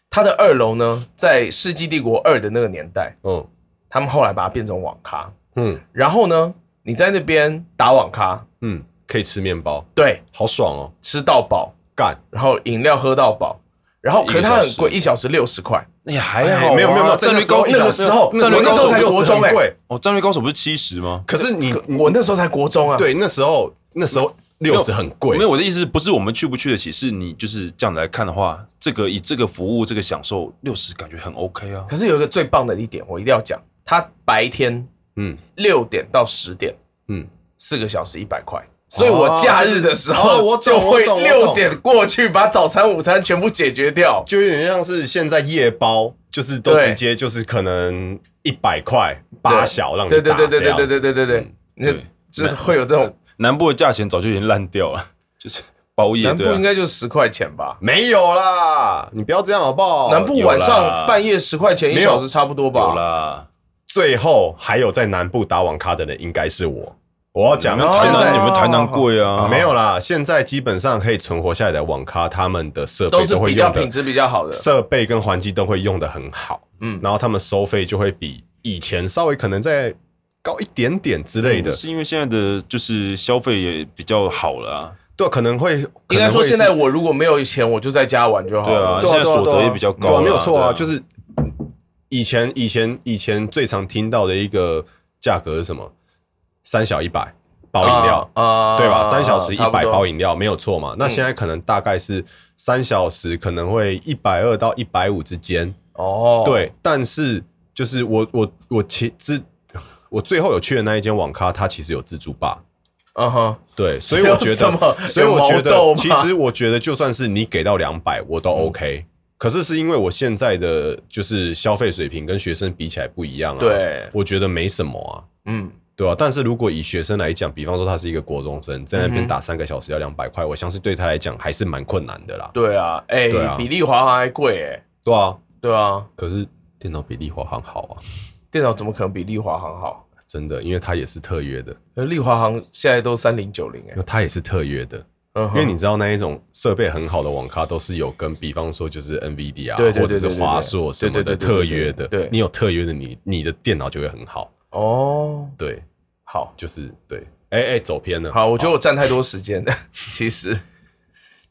S2: 它的二楼呢，在《世纪帝国二》的那个年代，
S1: 嗯
S2: 他们后来把它变成网咖。
S1: 嗯
S2: 然后呢，你在那边打网咖，
S1: 嗯，可以吃面包，
S2: 对，
S1: 好爽哦！
S2: 吃到饱，
S1: 干，
S2: 然后饮料喝到饱，然后可是它
S3: 一个小
S2: 很
S3: 时
S2: 贵，一小时六十块。
S3: 那也还好啊，
S1: 哎没有没有没有，
S3: 战略
S1: 在那时候
S3: 高
S1: 那
S2: 那个时候
S1: 时候
S2: 那时候才国中
S1: 很
S2: 欸
S1: 贵
S3: 哦，战略高手不是七十吗？
S1: 可是你
S2: 可我那时候才国中啊，，
S1: 对，那时候那时候六十很贵
S3: 没，有，我的意思是不是我们去不去得起，是你就是这样来看的话，这个以这个服务这个享受六十感觉很 OK 啊。
S2: 可是有一个最棒的一点，我一定要讲，它白天
S1: 嗯
S2: 六点到十点，
S1: 嗯，
S2: 四个小时一百块。所以我假日的时候，
S1: 哦我懂
S2: 就会
S1: 我懂我懂
S2: 六点过去把早餐、午餐全部解决掉。
S1: 就有点像是现在夜包，就是都
S2: 对
S1: 直接就是可能一百块八小让你
S2: 对对
S1: 打
S2: 对对
S1: 这样
S2: 对对
S1: 子嗯
S2: 对对对，那
S3: 对
S2: 就是会 有这种，
S3: 南部的价钱早就已经烂掉了， 就是包夜
S2: 南部
S3: 对啊
S2: 应，该就十块钱吧。
S1: 没有啦，你不要这样好不好？
S2: 南部
S3: 有
S2: 晚
S3: 啦
S2: 上半夜十块钱一
S1: 哦没有
S2: 小时差不多吧？
S3: 有啦。
S1: 最后还有在南部打网咖的人应该是我，我要讲
S2: 嗯
S3: 你们
S2: 哦
S3: 台
S1: 现
S3: 南
S1: 在哦
S3: 你们台南贵啊，
S1: 没有啦，现在基本上可以存活下来的网咖，他们的设
S2: 都
S1: 备
S2: 是
S1: 会
S2: 比
S1: 用
S2: 较品
S1: 的
S2: 质比较好的。
S1: 设备跟环境都会用的很好，
S2: 嗯
S1: 然后他们收费就会比以前稍微可能再高一点点之类
S2: 嗯
S1: 的，
S3: 哦是因为现在的就是消费也比较好了 啊，
S1: 对啊，可能会
S2: 应该说现在
S1: 可能会是
S2: 我如果没有钱，我就在家玩就好
S3: 对啊
S2: 了。
S1: 对啊
S3: 现在
S1: 对啊
S3: 所得
S1: 对啊
S3: 也比较高
S1: 对啊
S3: 啦
S1: 没有错啊，
S3: 对啊
S1: 就是以前以前以前最常听到的一个价格是什么？三小一百包饮料，
S2: 啊啊
S1: 对吧？三小时一
S2: 差不
S1: 百
S2: 多
S1: 包饮料没有错嘛？那现在可能大概是三小时可能会一百二到一百五之间，
S2: 哦，
S1: 对。但是就是我我我其之我最后有去的那一间网咖，它其实有自助吧。
S2: 嗯哼，
S1: 对，所以我 觉
S2: 有什么
S1: 得，所以
S2: 有
S1: 我
S2: 毛
S1: 觉
S2: 豆
S1: 得，
S2: 吗嗯
S1: 其实我觉得，就算是你给到两百，我都 OK、可是是因为我现在的就是消费水平跟学生比起来不一样啊，，
S2: 对，
S1: 我觉得没什么啊，
S2: 嗯，
S1: 对吧、但是如果以学生来讲，比方说他是一个国中生，在那
S2: 嗯
S1: 边
S2: 哼
S1: 打三个小时要两百块，我相信对他来讲还是蛮困难的啦，
S2: 对啊，哎
S1: 对啊，
S2: 比利华行还贵哎，
S1: 对啊。
S2: 对啊，
S1: 可是电脑比利华行好啊，
S2: 电脑怎么可能比利华行好？
S1: 真的，因为它也是特约的，
S2: 而利华行现在都三零九零
S1: 因
S2: 哎
S1: 为，它也是特约的。
S2: 嗯
S1: 啊因
S2: 哼
S1: 为你知道那一种设备很好的网咖都是有跟，比方说就是 NVD 啊，
S2: 对对对
S1: 或者是
S2: 对对
S1: 华
S2: 对
S1: 硕什
S2: 对
S1: 么
S2: 对
S1: 的
S2: 对对
S1: 特
S2: 对
S1: 约的，
S2: 对
S1: 你有特约的你，你的电脑就会很好。
S2: 哦，
S1: 对，
S2: 好
S1: 就是对，哎、哎、走偏了。
S2: 好，我觉得我占太多时间了， 其实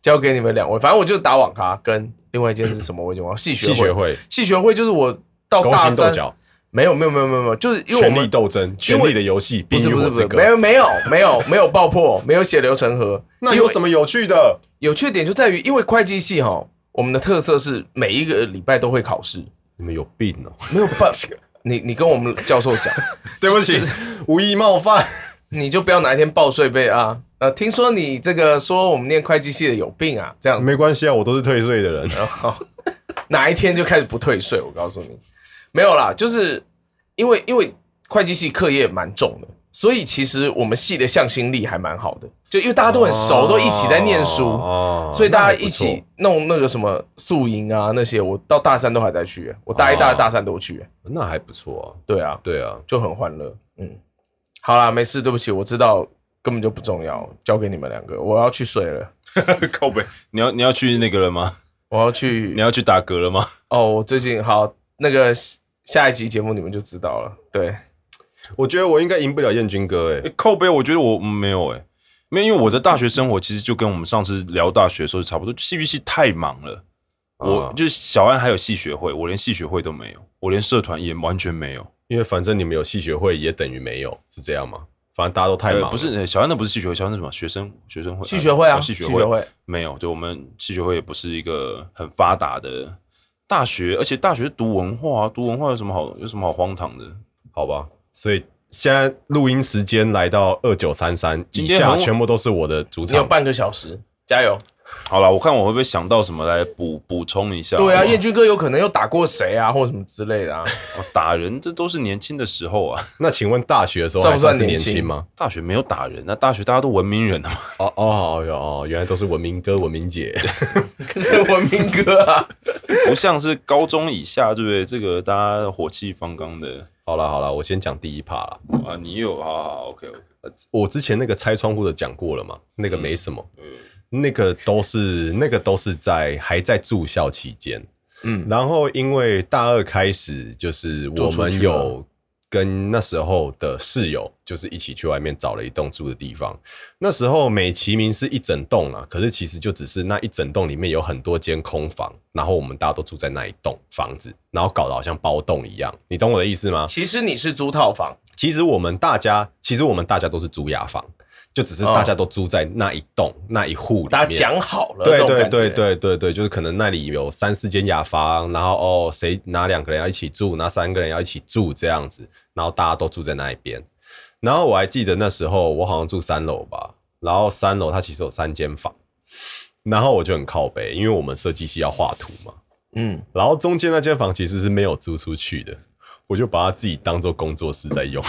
S2: 交给你们两位，反正我就打网咖跟另外一件是什么我已经忘了，戏学
S1: 戏学
S2: 会，
S1: 会
S2: 戏学会就是我到
S1: 勾
S2: 大
S1: 心斗
S2: 三
S1: 角、
S2: 没有没有没有没有没有，就是因为我
S1: 权
S2: 们
S1: 力斗争、权力的游戏、
S2: 不
S1: 冰
S2: 是
S1: 与
S2: 不
S1: 火
S2: 是不
S1: 之
S2: 是，
S1: 歌，
S2: 没有没有没有没有爆破，没有血流成河。
S1: 那有什么有趣的？
S2: 有缺点就在于，因为会计系哈，我们的特色是每一个礼拜都会考试，
S1: 你们有病 哦、
S2: 没有办法。你你跟我们教授讲，
S1: 对不起，无意冒犯。
S2: 你就不要哪一天报税被啊。呃，听说你这个说我们念会计系的有病啊，这样子
S1: 没关系啊，我都是退税的人。
S2: 然后哪一天就开始不退税，我告诉你，没有啦，就是因为因为会计系课业蛮重的，所以其实我们系的向心力还蛮好的，就因为大家都很熟，都一起在念书，
S1: 哦
S2: 所以大
S1: 那
S2: 家
S1: 还不
S2: 一起
S1: 错
S2: 弄那个什么宿营啊那些，我到大三都还在去、我大一、
S1: 哦
S2: 大二、大三都去、
S1: 那还不错啊。
S2: 对啊，
S1: 对啊，
S2: 就很欢乐。嗯，好啦，没事，对不起，我知道根本就不重要，交给你们两个，我要去睡了，
S3: 靠北，你要你要去那个了吗？
S2: 我要去
S3: 你要去打嗝了 吗？
S2: 哦，我最近好那个下一集节目你们就知道了。对，
S1: 我觉得我应该赢不了燕军哥哎、
S3: 欸、靠背，我觉得我嗯没有哎、欸，没有，因为我的大学生活其实就跟我们上次聊大学的时候差不多，戏剧系太忙了。我
S1: 啊
S3: 就是小安还有戏学会，我连戏学会都没有，我连社团也完全没有。
S1: 因为反正你们有系学会，也等于没有，是这样吗？反正大家都太忙了、
S3: 呃不是、欸小安那不是戏学会，小安那什么学生学生会？
S2: 戏学会啊，
S3: 哦戏学
S2: 戏学
S3: 会
S2: 会，
S3: 没有，对我们戏学会也不是一个很发达的大学，而且大学读文化、啊，读文化有什么好有什么好荒唐的？
S1: 好吧？所以现在录音时间来到二九三三
S3: 今
S1: 以
S3: 天
S1: 下，
S3: 很
S1: 全部都是我的主
S2: 你有
S1: 场。
S2: 半个小时，加油！
S3: 好了，我看我会不会想到什么来补补充一下？
S2: 对
S3: 好
S2: 啊，
S3: 不好
S2: 燕军哥有可能又打过谁啊，或什么之类 的啊。
S3: 哦打人，这都是年轻的时候啊。
S1: 那请问大学的时候
S2: 算
S1: 还
S2: 不算
S1: 是年
S2: 年轻
S1: 轻吗？
S3: 大学没有打人啊，大学大家都文明人啊嘛。
S1: 哦哦哦哟哦，原来都是文明哥、文明姐。
S2: 可是文明哥啊，
S3: 不像是高中以下，对不对？这个大家火气方刚的
S1: 好了好了，我先讲第一趴啦。
S3: 啊，你有好好好，OK OK，
S1: 我之前那个拆窗户的讲过了嘛，那个没什么，
S3: 嗯
S1: 那个都是那个都是在还在住校期间，
S2: 嗯，
S1: 然后因为大二开始，就是我
S2: 住出
S1: 们
S2: 去
S1: 有
S2: 了
S1: 跟那时候的室友，就是一起去外面找了一栋住的地方。那时候美其名是一整栋啦，可是其实就只是那一整栋里面有很多间空房，然后我们大家都住在那一栋房子，然后搞得好像包栋一样，你懂我的意思吗？
S2: 其实你是租套房，
S1: 其实我们大家，其实我们大家都是租雅房，就只是大家都住在那一栋、那一户里面。
S2: 哦大家讲好了，这
S1: 对
S2: 种
S1: 对
S2: 感觉
S1: 对，对对对，就是可能那里有三四间雅房，然后哦，谁哪两个人要一起住，哪三个人要一起住这样子，然后大家都住在那一边。然后我还记得那时候我好像住三楼吧，然后三楼它其实有三间房，然后我就很靠北，因为我们设计系要画图嘛，
S2: 嗯，
S1: 然后中间那间房其实是没有租出去的，我就把它自己当做工作室在用。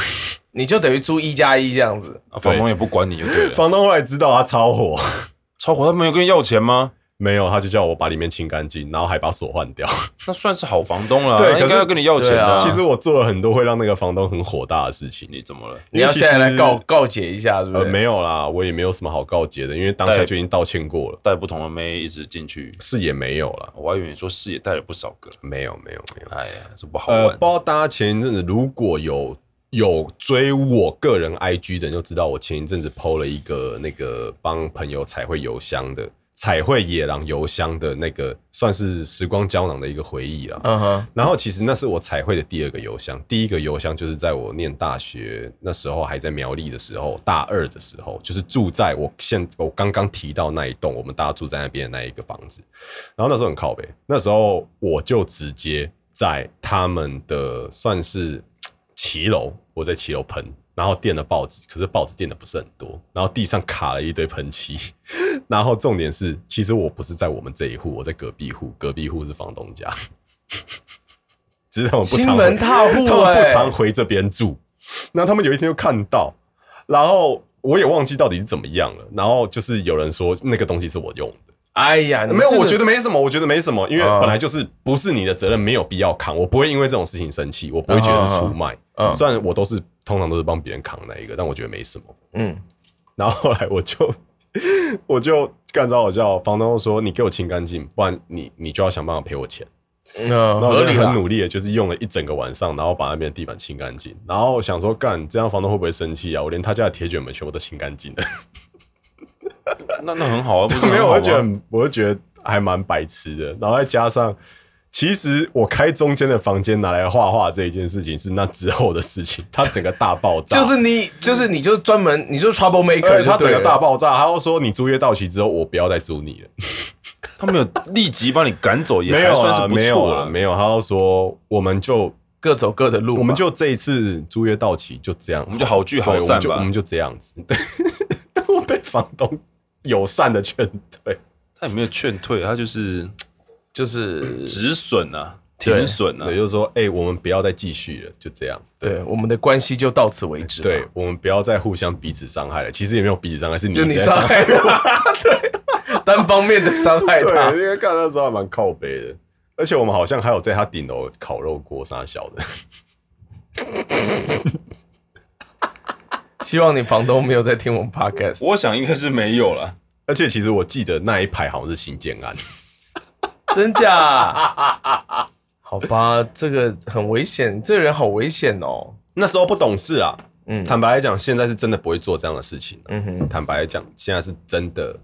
S2: 你就等于租一加一这样子。
S3: 啊房东也不管你就
S2: 啊
S3: 对了。
S1: 房东后来知道他超火，
S3: 超火，他没有跟你要钱吗？
S1: 没有他就叫我把里面清干净，然后还把锁换掉。
S3: 那算是好房东了，
S1: 对
S3: 那
S1: 可
S3: 应
S1: 是
S3: 该要跟你要钱的、
S2: 对啊
S1: 其实我做了很多会让那个房东很火大的事情。
S3: 你怎么了？
S2: 你要
S1: 因为其
S2: 现
S1: 实
S2: 在来告告解一下，是不
S1: 呃，
S2: 是？
S1: 没有啦，我也没有什么好告诫的，因为当下
S3: 对
S1: 就已经道歉过了，
S3: 带不同的妹一直进去，
S1: 是也没有啦，
S3: 我还以为你说是也带了不少个。
S1: 没有没有没有。呃
S3: 哎呀，这不好玩。
S1: 呃，不知道大家前一阵子如果有有追我个人 IG 的人就知道，我前一阵子 PO 了一个那个帮朋友彩绘邮箱的彩绘野狼邮箱的那个，算是时光胶囊的一个回忆啦。
S2: 嗯哼，
S1: 然后其实那是我彩绘的第二个邮箱，第一个邮箱就是在我念大学那时候还在苗栗的时候，大二的时候，就是住在我现我刚刚提到那一栋，我们大家住在那边的那一个房子。然后那时候很靠北，那时候我就直接在他们的算是骑楼，我在骑楼喷，然后垫了报纸，可是报纸垫的不是很多，然后地上卡了一堆喷漆， 然后重点是，其实我不是在我们这一户，我在隔壁户，隔壁户是房东家， 只是他们不
S2: 亲
S1: 常回
S2: 门踏户
S1: 他们
S2: 哎、
S1: 不常回这边住，那他们有一天就看到，然后我也忘记到底是怎么样了，然后就是有人说那个东西是我用的。
S2: 哎呀，你们
S1: 没有，
S2: 这个
S1: 我觉得没什么，我觉得没什么，因为
S2: 啊
S1: 本来就是不是你的责任，没有必要扛。我不会因为这种事情生气，我不会觉得是出卖。
S2: 啊啊啊
S1: 虽然我都是通常都是帮别人扛那一个，但我觉得没什么。
S2: 嗯，
S1: 然后后来我就 我就干着好笑，房东说：“你给我清干净，不然你你就要想办法赔我钱。”
S2: 那
S1: 然嗯后我
S2: 啊合
S1: 就
S2: 理
S1: 很
S2: 了。
S1: 努力的，就是用了一整个晚上，然后把那边的地板清干净。然后想说，干这样房东会不会生气啊？我连他家的铁卷门全部都清干净了。
S3: 那那 很好啊，不是
S1: 没有，我
S3: 很好吗
S1: 就觉得很我就觉得还蛮白痴的。然后再加上，其实我开中间的房间拿来画画这一件事情是那之后的事情，它整个大爆炸，
S2: 就是你，就是你，就是专门，你就是 trouble
S1: 而
S2: maker，
S1: 且它哎整
S2: 就对
S1: 个
S2: 了
S1: 大爆炸，他又说你租约到期之后，我不要再租你了。
S3: 啊他们有立即把你赶走，也
S1: 没
S3: 还
S1: 有
S3: 算
S1: 啦，
S3: 是不
S1: 没有啊
S3: 错啊
S1: 啦，
S3: 了。
S1: 没有。他又说我们就
S2: 各走各的路吧。
S1: 我们就这一次租约到期就这样，我
S3: 们就好聚好散
S1: 我们就
S3: 吧
S1: 我们就这样子。 对，我被房东友善的劝退。
S3: 他也没有劝退，他就是
S2: 就是
S3: 止损啊，
S2: 对
S3: 停损啊
S1: 对，。就是说，哎、我们不要再继续了，就这样。对，
S2: 对我们的关系就到此为止。
S1: 对，啊我们不要再互相彼此伤害了。其实也没有彼此伤害，是你
S2: 就你
S1: 在
S2: 伤
S1: 伤
S2: 害他， 对，单方面的伤害他
S1: 对，。因为看那时候还蛮靠背的，而且我们好像还有在他顶楼烤肉锅啥小的。
S2: 希望你房东没有在听我们 podcast，
S3: 我想应该是没有了。
S1: 而且其实我记得那一排好像是新建案，
S2: 真假？ 好吧，这个很危险，这个人好危险哦。
S1: 那时候不懂事啊。
S2: 嗯
S1: 坦白来讲，现在是真的不会做这样的事情、啊
S2: 嗯哼，
S1: 坦白来讲，现在是真的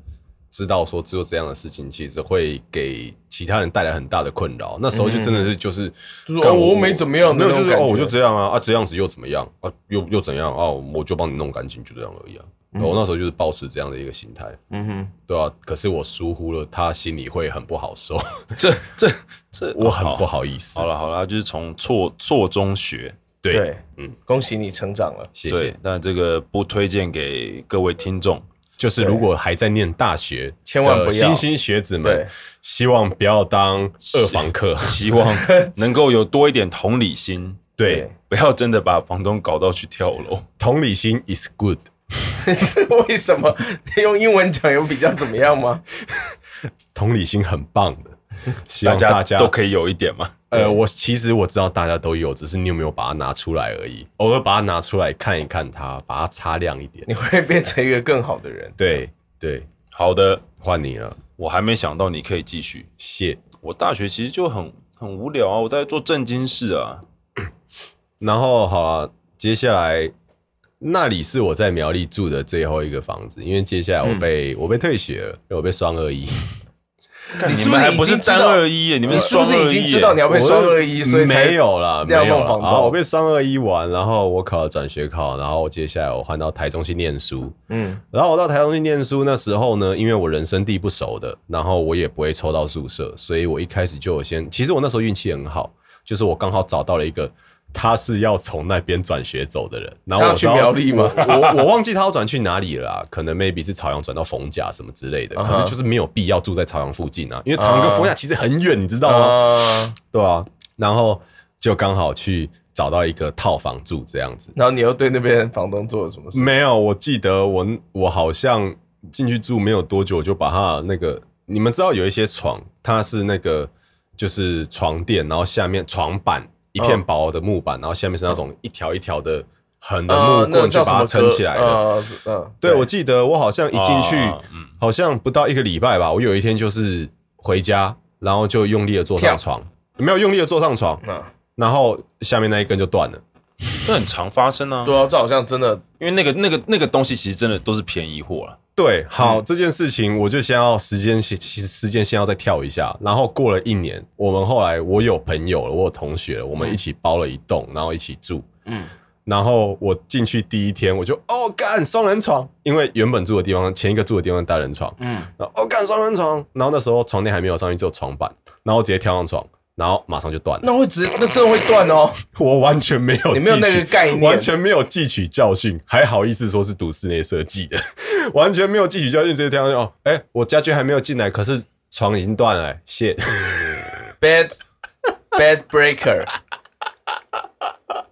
S1: 知道说做这样的事情，其实会给其他人带来很大的困扰。那时候就真的是就是，
S2: 嗯就是
S1: 干
S2: 哦我没怎么样
S1: 没
S2: 的
S1: 有
S2: 那
S1: 就
S2: 种
S1: 是
S2: 感觉
S1: 哦，我就这样啊啊，这样子又怎么样啊，又又怎样啊，我就帮你弄干净，就这样而已啊。我那时候就是抱持这样的一个心态，
S2: 嗯哼，
S1: 对啊。可是我疏忽了，他心里会很不好受，
S3: 这这这，
S1: 我很不
S3: 好。
S1: 好意思。
S3: 好，了好了，就是从错错中学。
S1: 对，
S2: 对，
S1: 嗯
S2: 恭喜你成长了。
S1: 谢
S3: 对
S1: 谢。，
S3: 但这个不推荐给各位 听众。
S1: 就是如果还在念大学，
S2: 千万不要
S1: 新兴学子们
S2: 对，
S1: 希望不要当二房客。
S3: 希望能够有多一点同理心，
S1: 对，
S3: 不要真的把房东搞到去跳楼。
S1: 同理心 is good。
S2: 对，是 为什么用英文讲有比较怎么样吗？
S1: 同理心很棒的，希
S3: 大
S1: 望
S3: 家
S1: 大家
S3: 都可以有一点嘛。
S1: 呃，我其实我知道大家都有，只是你有没有把它拿出来而已。偶尔把它拿出来看一看它，把它擦亮一点。
S2: 你会变成一个更好的人。
S1: 对对，
S3: 好的，
S1: 换你了，
S3: 我还没想到你可以继续。
S1: 谢。
S3: 我大学其实就很很无聊啊，我在做正经事啊。
S1: 然后好了，接下来那里是我在苗栗住的最后一个房子，因为接下来我被、我被退学了，因为我被双二一。
S2: 你
S3: 你
S2: 是不
S3: 们
S2: 是
S3: 还
S2: 已
S3: 不是
S2: 经知道
S3: 单二一耶，你们
S2: 你是不
S3: 双二
S2: 是
S3: 一
S2: 已经知道你
S3: 耶啊
S2: 要被双二一，
S1: 我
S2: 所以才
S1: 没有啦，没
S2: 要
S1: 有
S2: 弄
S1: 啦。
S2: 房
S1: 然后
S2: 东？
S1: 我被双二一玩，然后我考了转学考，然后接下来我换到台中去念书。
S2: 嗯
S1: 然后我到台中去念书那时候呢，因为我人生地不熟的，然后我也不会抽到宿舍，所以我一开始就有先，其实我那时候运气很好，就是我刚好找到了一个他是要从那边转学走的人，然后我
S2: 他要去
S1: 知道
S2: 苗栗吗
S1: 我我我忘记他要转去哪里了啦，可能 maybe 是朝阳转到逢甲什么之 类的，
S2: 啊
S1: 可
S2: 哈
S1: 是就是没有必要住在朝阳附近啊，因为朝阳跟逢甲其实很远，你知道吗？
S2: 啊，
S1: 对啊，然后就刚好去找到一个套房住这样子。
S2: 然后你又对那边房东做了什么事？
S1: 没有，我记得我我好像进去住没有多久，我就把它那个，你们知道有一些床，它是那个就是床垫，然后下面床板一片
S2: 嗯
S1: 薄的木板，然后下面是那种一条一条的横的
S2: 呃，
S1: 木
S2: 那
S1: 棍去
S2: 叫什
S1: 把它
S2: 么
S1: 撑起来的。
S2: 呃，是嗯，
S1: 对，我记得我好像一进去
S3: 啊嗯，
S1: 好像不到一个礼拜吧，我有一天就是回家，然后就用力的坐
S2: 跳
S1: 上床，没有用力的坐上床，
S2: 嗯
S1: 然后下面那一根就断了。
S3: 这很常发生啊。
S2: 对啊，这好像真的
S3: 因为那个那个那个东西其实真的都是便宜货啊了。
S1: 对，好，
S2: 嗯
S1: 这件事情我就先要时间先，其实时间先要再跳一下。然后过了一年，我们后来我有朋友了，我有同学了，我们一起包了一栋，然后一起住。
S2: 嗯
S1: 然后我进去第一天，我就哦干双人床，因为原本住的地方前一个住的地方是单人床，
S2: 嗯，
S1: 然后哦干双人床，然后那时候床垫还没有上去，只有床板，然后我直接跳上床，然后马上就断了。
S2: 那会直那真的会断哦。
S1: 我完全没有，
S2: 你没有那个概念
S1: 完全没有汲取教训，还好意思说是读室内设计的， 完全没有汲取教训，直接跳上去哦，哎、我家具还没有进来，可是床已经断了、欸，谢。
S2: Bad bad breaker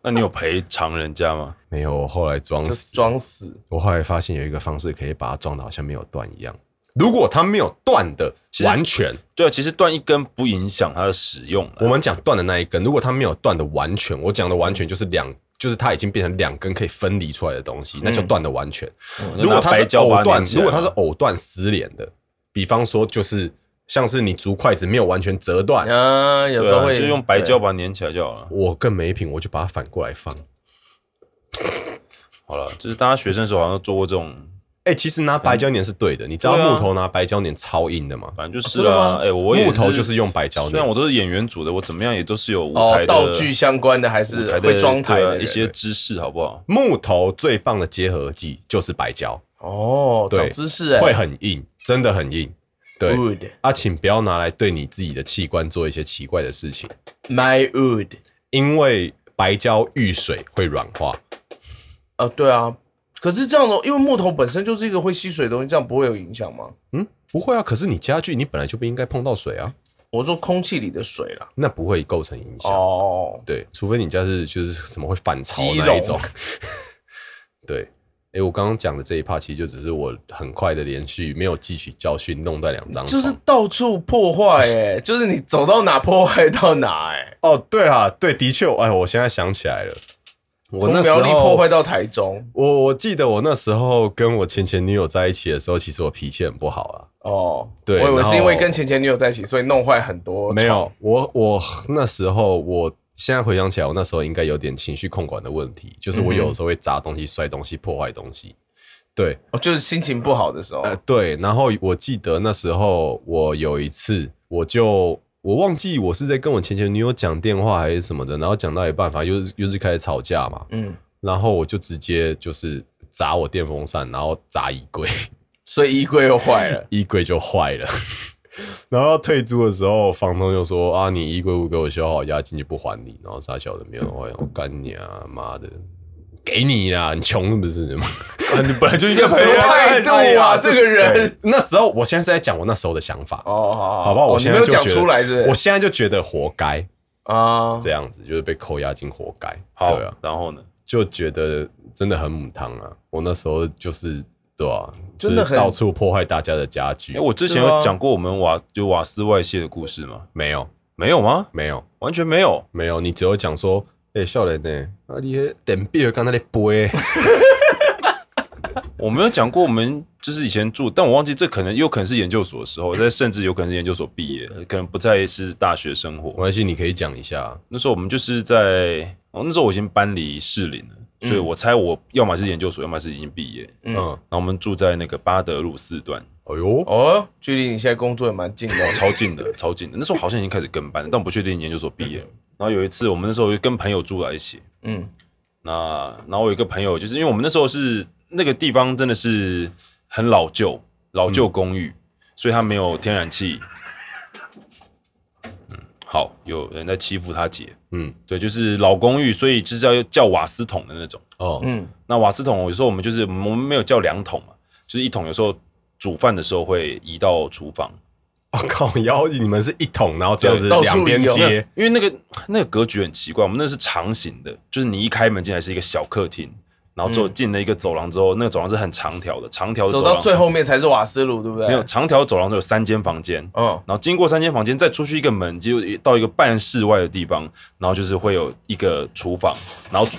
S3: 那你有赔偿人家吗？
S1: 没有，我后来装
S2: 就
S1: 死，
S2: 装死，
S1: 我后来发现有一个方式可以把它装的好像没有断一样。如果它没有断的
S3: 其实
S1: 完全，
S3: 对啊，其实断一根不影响它的使用啊啦。
S1: 我们讲断的那一根，如果它没有断的完全，我讲的完全就是两，就是它已经变成两根可以分离出来的东西，
S2: 嗯
S1: 那叫断的完全。
S3: 哦
S1: 如果它
S3: 拿
S1: 是
S3: 白胶
S1: 藕
S3: 把它
S1: 断
S3: 粘，起来啊
S1: 如果它是藕断丝连的，比方说就是像是你竹筷子没有完全折断，
S2: 啊，有时
S3: 对啊
S2: 候会
S3: 就用白胶
S2: 对
S3: 把它粘起来就好了。
S1: 我更没品，我就把它反过来放。
S3: 好了，就是大家学生时候好像都做过这种，
S1: 哎、其实拿白胶粘是对的，你知道
S3: 对啊
S1: 木头拿白胶粘超硬的吗？
S3: 反正就是
S2: 哦真的
S3: 啊
S2: 吗，
S3: 哎，我也
S1: 木头就是用白胶
S3: 虽然
S1: 粘。
S3: 我都是演员组的，我怎么样也都是有舞
S2: 哦
S3: 台的
S2: 道具相关的还是
S3: 舞台的
S2: 会装台
S3: 对啊
S2: 的人
S3: 一些知识，好不好？
S1: 木头最棒的结合技就是白胶，
S2: 哦，
S1: 对
S2: 长知识哎，
S1: 会很硬，真的很硬。对
S2: wood
S1: 啊，请不要拿来对你自己的器官做一些奇怪的事情，
S2: my wood
S1: 因为白胶遇水会软化。
S2: 啊，对啊。可是这样的，因为木头本身就是一个会吸水的东西，这样不会有影响吗？
S1: 嗯，不会啊，可是你家具你本来就不应该碰到水啊。
S2: 我说空气里的水啦。
S1: 那不会构成影响。
S2: 哦，
S1: 对，除非你家是就是什么会反潮
S2: 鸡
S1: 那一
S2: 笼
S1: 种。 对，哎、我刚刚讲的这一 part 其实就只是我很快的连续没有汲取教训，弄断两张
S2: 就
S1: 床。
S2: 是到处破坏哎、就是你走到哪破坏到哪哎、
S1: 哦，对啦，对，的确，哎，我现在想起来了，我
S2: 从
S1: 那时
S2: 苗栗破
S1: 候
S2: 坏。到台中
S1: 我我记得我那时候跟我前前女友在一起的时候，其实我脾气很不好啊。
S2: 哦，
S1: 对
S2: 我以为是因为
S1: 然后
S2: 跟前前女友在一起，所以弄坏很多，
S1: 没有，，我我那时候我现在回想起来，我那时候应该有点情绪控管的问题，就是
S2: 嗯
S1: 我有的时候会砸东西、摔东西、破坏东西。对，
S2: 哦，就是心情不好的时候，
S1: 呃，对，然后我记得那时候我有一次，我就我忘记我是在跟我前前女友讲电话还是什么的，然后讲到一半，反正又是又是开始吵架嘛，
S2: 嗯，
S1: 然后我就直接就是砸我电风扇，然后砸衣柜，，
S2: 所以衣柜又坏了
S1: 衣柜就坏了。 然后要退租的时候，房东就说啊，你衣柜不给我修好，押金就不还你。然后傻小的没有还，我干你啊，妈的，给你啦，你穷是不是？
S3: 啊，你本来就应
S2: 这
S3: 该
S2: 什么
S3: 赔啊！
S2: 态度啊，这个人，
S1: 那时候，我现在是在讲我那时候的想法。
S2: 哦，好
S1: 好吧，我
S2: 你
S1: 现
S2: 没
S1: 在
S2: 有
S1: 就
S2: 讲
S1: 觉得
S2: 出来是不
S1: 我
S2: 是？
S1: 现在就觉得活该
S3: 哦
S2: 啊，
S1: 这样子，就是被扣押金活该。
S3: 好
S1: 对啊，，
S3: 然后呢？
S1: 就觉得真的很母汤啊！我那时候就是对啊，
S2: 真的
S1: 就是
S2: 很
S1: 到处破坏大家的家具。
S3: 哎，我之前
S2: 对啊
S3: 有讲过我们瓦就瓦斯外泄的故事吗？
S1: 没有，
S3: 没有吗？
S1: 没有，
S3: 完全没有。
S1: 没有，你只有讲说，哎、少年呢、啊，你那电表刚才在飞，
S3: 我没有讲过我们就是以前住，但我忘记这可能有可能是研究所的时候，在甚至有可能是研究所毕业，可能不再是大学生活
S1: 没。关系，你可以讲一下。
S3: 那时候我们就是在，哦，那时候我已经搬离士林了，所以我猜我要么是研究所，要么是已经毕业。
S1: 嗯，
S2: 嗯，
S3: 然后我们住在那个巴德路四段，
S1: 哎呦，
S2: 哦，距离你现在工作也蛮近的 哦，
S3: 超近的，超近的。那时候好像已经开始跟班了，但我不确定研究所毕业。然后有一次，我们那时候就跟朋友住在一起，
S2: 嗯，
S3: 那然后我有一个朋友，就是因为我们那时候是那个地方真的是很老旧，老旧公寓，所以它没有天然气。嗯，好，有人在欺负他姐。
S1: 嗯，
S3: 对，就是老公寓，所以就是要叫瓦斯桶的那种。
S1: 哦，
S2: 嗯
S3: 那瓦斯桶有时候我们就是我们没有叫两桶嘛，就是一桶有时候煮饭的时候会移到厨房，
S1: 我、靠，腰你们是一桶，然后这样子
S2: 对到
S1: 两
S2: 处
S1: 边
S2: 有
S3: 那
S1: 接，
S3: 因为那个那个格局很奇怪，我们那是长形的，就是你一开门进来是一个小客厅，然后之后
S1: 嗯
S3: 进了一个走廊之后，那个走廊是很长条的，长条的
S2: 走
S3: 廊
S2: 到最后面才是瓦斯炉，对不对？
S3: 没有，长条走廊就有三间房间，
S2: 嗯，
S3: 然后经过三间房间再出去一个门，就到一个半室外的地方，然后就是会有一个厨房，然后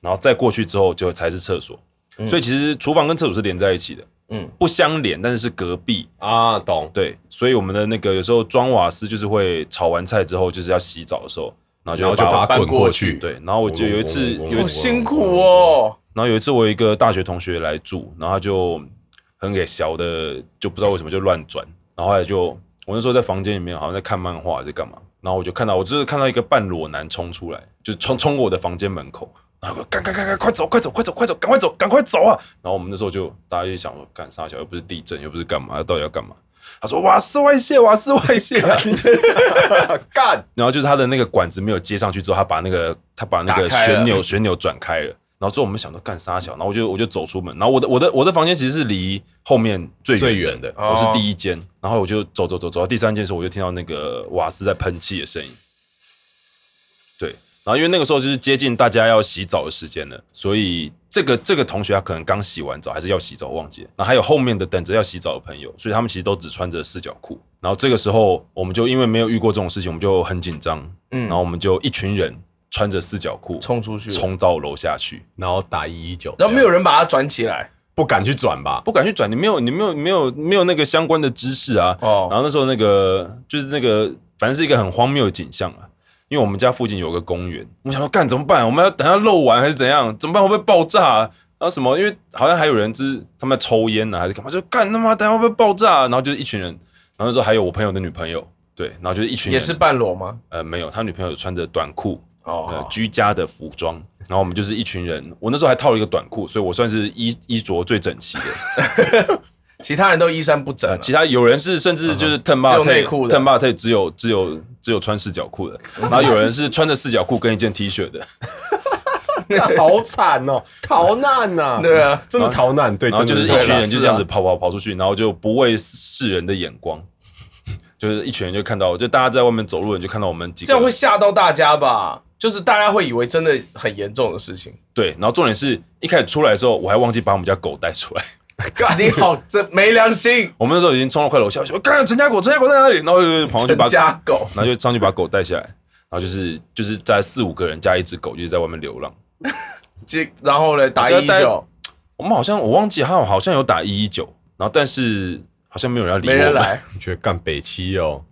S3: 然后再过去之后就才是厕所，
S1: 嗯
S3: 所以其实厨房跟厕所是连在一起的，
S2: 嗯
S3: 嗯，不相连，但是是隔壁，
S1: 啊，懂，
S3: 对，所以我们的那个有时候装瓦斯就是会炒完菜之后，就是要洗澡的时候，然后
S1: 然后就
S3: 就
S1: 把它
S3: 把我
S1: 滚
S2: 搬过
S1: 去，
S2: 去
S3: 对，然后我就有一次
S1: 嗡嗡嗡嗡嗡
S3: 有一
S2: 好
S3: 次，
S2: 辛苦哦。
S3: 然后有一次我有一个大学同学来住，然后他就很给小的，就不知道为什么就乱转，然后后来就我那时候在房间里面好像在看漫画还是干嘛，然后我就看到我就是看到一个半裸男冲出来，就冲冲过我的房间门口。然后我赶赶赶赶，快走快走快走快走，赶快走赶快走啊！然后我们那时候就大家就想说，干啥小又不是地震，又不是干嘛，到底要干嘛？他说瓦斯外泄，瓦斯外泄、啊，
S1: 干，
S3: 然后就是他的那个管子没有接上去之后，他把那个他把那
S2: 打
S3: 个
S2: 开了
S3: 旋钮旋钮转开了。然后之后我们想说干啥小，然后我就我就走出门，然后我的我的我的房间其实是离后面最
S1: 最
S3: 远
S1: 远的
S3: 我
S2: 哦
S3: 是第一间，然后我就走走走走到第三间的时候，我就听到那个瓦斯在喷气的声音。对，然后因为那个时候就是接近大家要洗澡的时间了，所以这个这个同学他可能刚洗完澡，还是要洗澡，我忘记了。然后还有后面的等着要洗澡的朋友，所以他们其实都只穿着四角裤。然后这个时候我们就因为没有遇过这种事情，我们就很紧张，
S2: 嗯
S3: 然后我们就一群人穿着四角裤
S2: 冲出去，
S3: 冲到楼下去，
S1: 然后打一一九，啊
S2: 然后没有人把它转起来。
S1: 不敢去转 吧？
S3: 不敢去转，你没有你没有没有没有那个相关的知识啊。
S2: 哦
S3: 然后那时候那个就是那个，反正是一个很荒谬的景象啊。因为我们家附近有个公园，我想说干怎么办？我们要等它漏完还是怎样？怎么办？会不会爆炸、啊？然后什么？因为好像还有人就是他们在抽烟啊呢、还是干嘛？就干他妈等下会不会爆炸啊、然后就是一群人，然后那时候还有我朋友的女朋友，对，然后就是一群
S2: 也
S3: 人
S2: 是半裸吗？
S3: 呃没有，他女朋友有穿着短裤，呃
S2: 哦，
S3: 居家的服装，然后我们就是一群人，我那时候还套了一个短裤，所以我算是衣衣着最整齐的。
S2: 其他人都衣衫不整啊，
S3: 呃其他有人是甚至就是腾
S2: 只
S3: 巴
S2: 有
S3: 特
S2: 内裤的嗯
S3: 腾巴特只有只有只有穿四角裤的，然后有人是穿着四角裤跟一件 T 恤 的，
S1: 好惨哦，逃难 呐！
S2: 对啊，
S1: 真的逃难，对，
S3: 然后
S1: 真的
S3: 就是一
S1: 逃难
S3: 群人就这样
S2: 是
S3: 子
S2: 啊
S3: 跑跑跑出去，然后就不畏世人的眼光， 就是一群人就看到，就大家在外面走路，你就看到我们几个，
S2: 这样会吓到大家吧？就是大家会以为真的很严重的事情。
S3: 对，然后重点是一开始出来的时候，我还忘记把我们家狗带出 来，
S2: 你好，真没良心，
S3: 我们那时候已经冲到快楼下，我说干陈家狗，陈家狗在哪里？然后就跑上去把
S2: 陈家狗。
S3: 然后就上去把狗带下来，然后就是就是在四五个人加一只狗，就是在外面流浪。
S2: 接然后呢，打
S3: 就
S2: 一
S3: 带
S2: 九，
S3: 我们好像我忘记，他好像有打一一九，然后但是好像没有人要理
S2: 没
S3: 我
S2: 人
S3: 们。
S2: 来，
S1: 觉得干北七哦，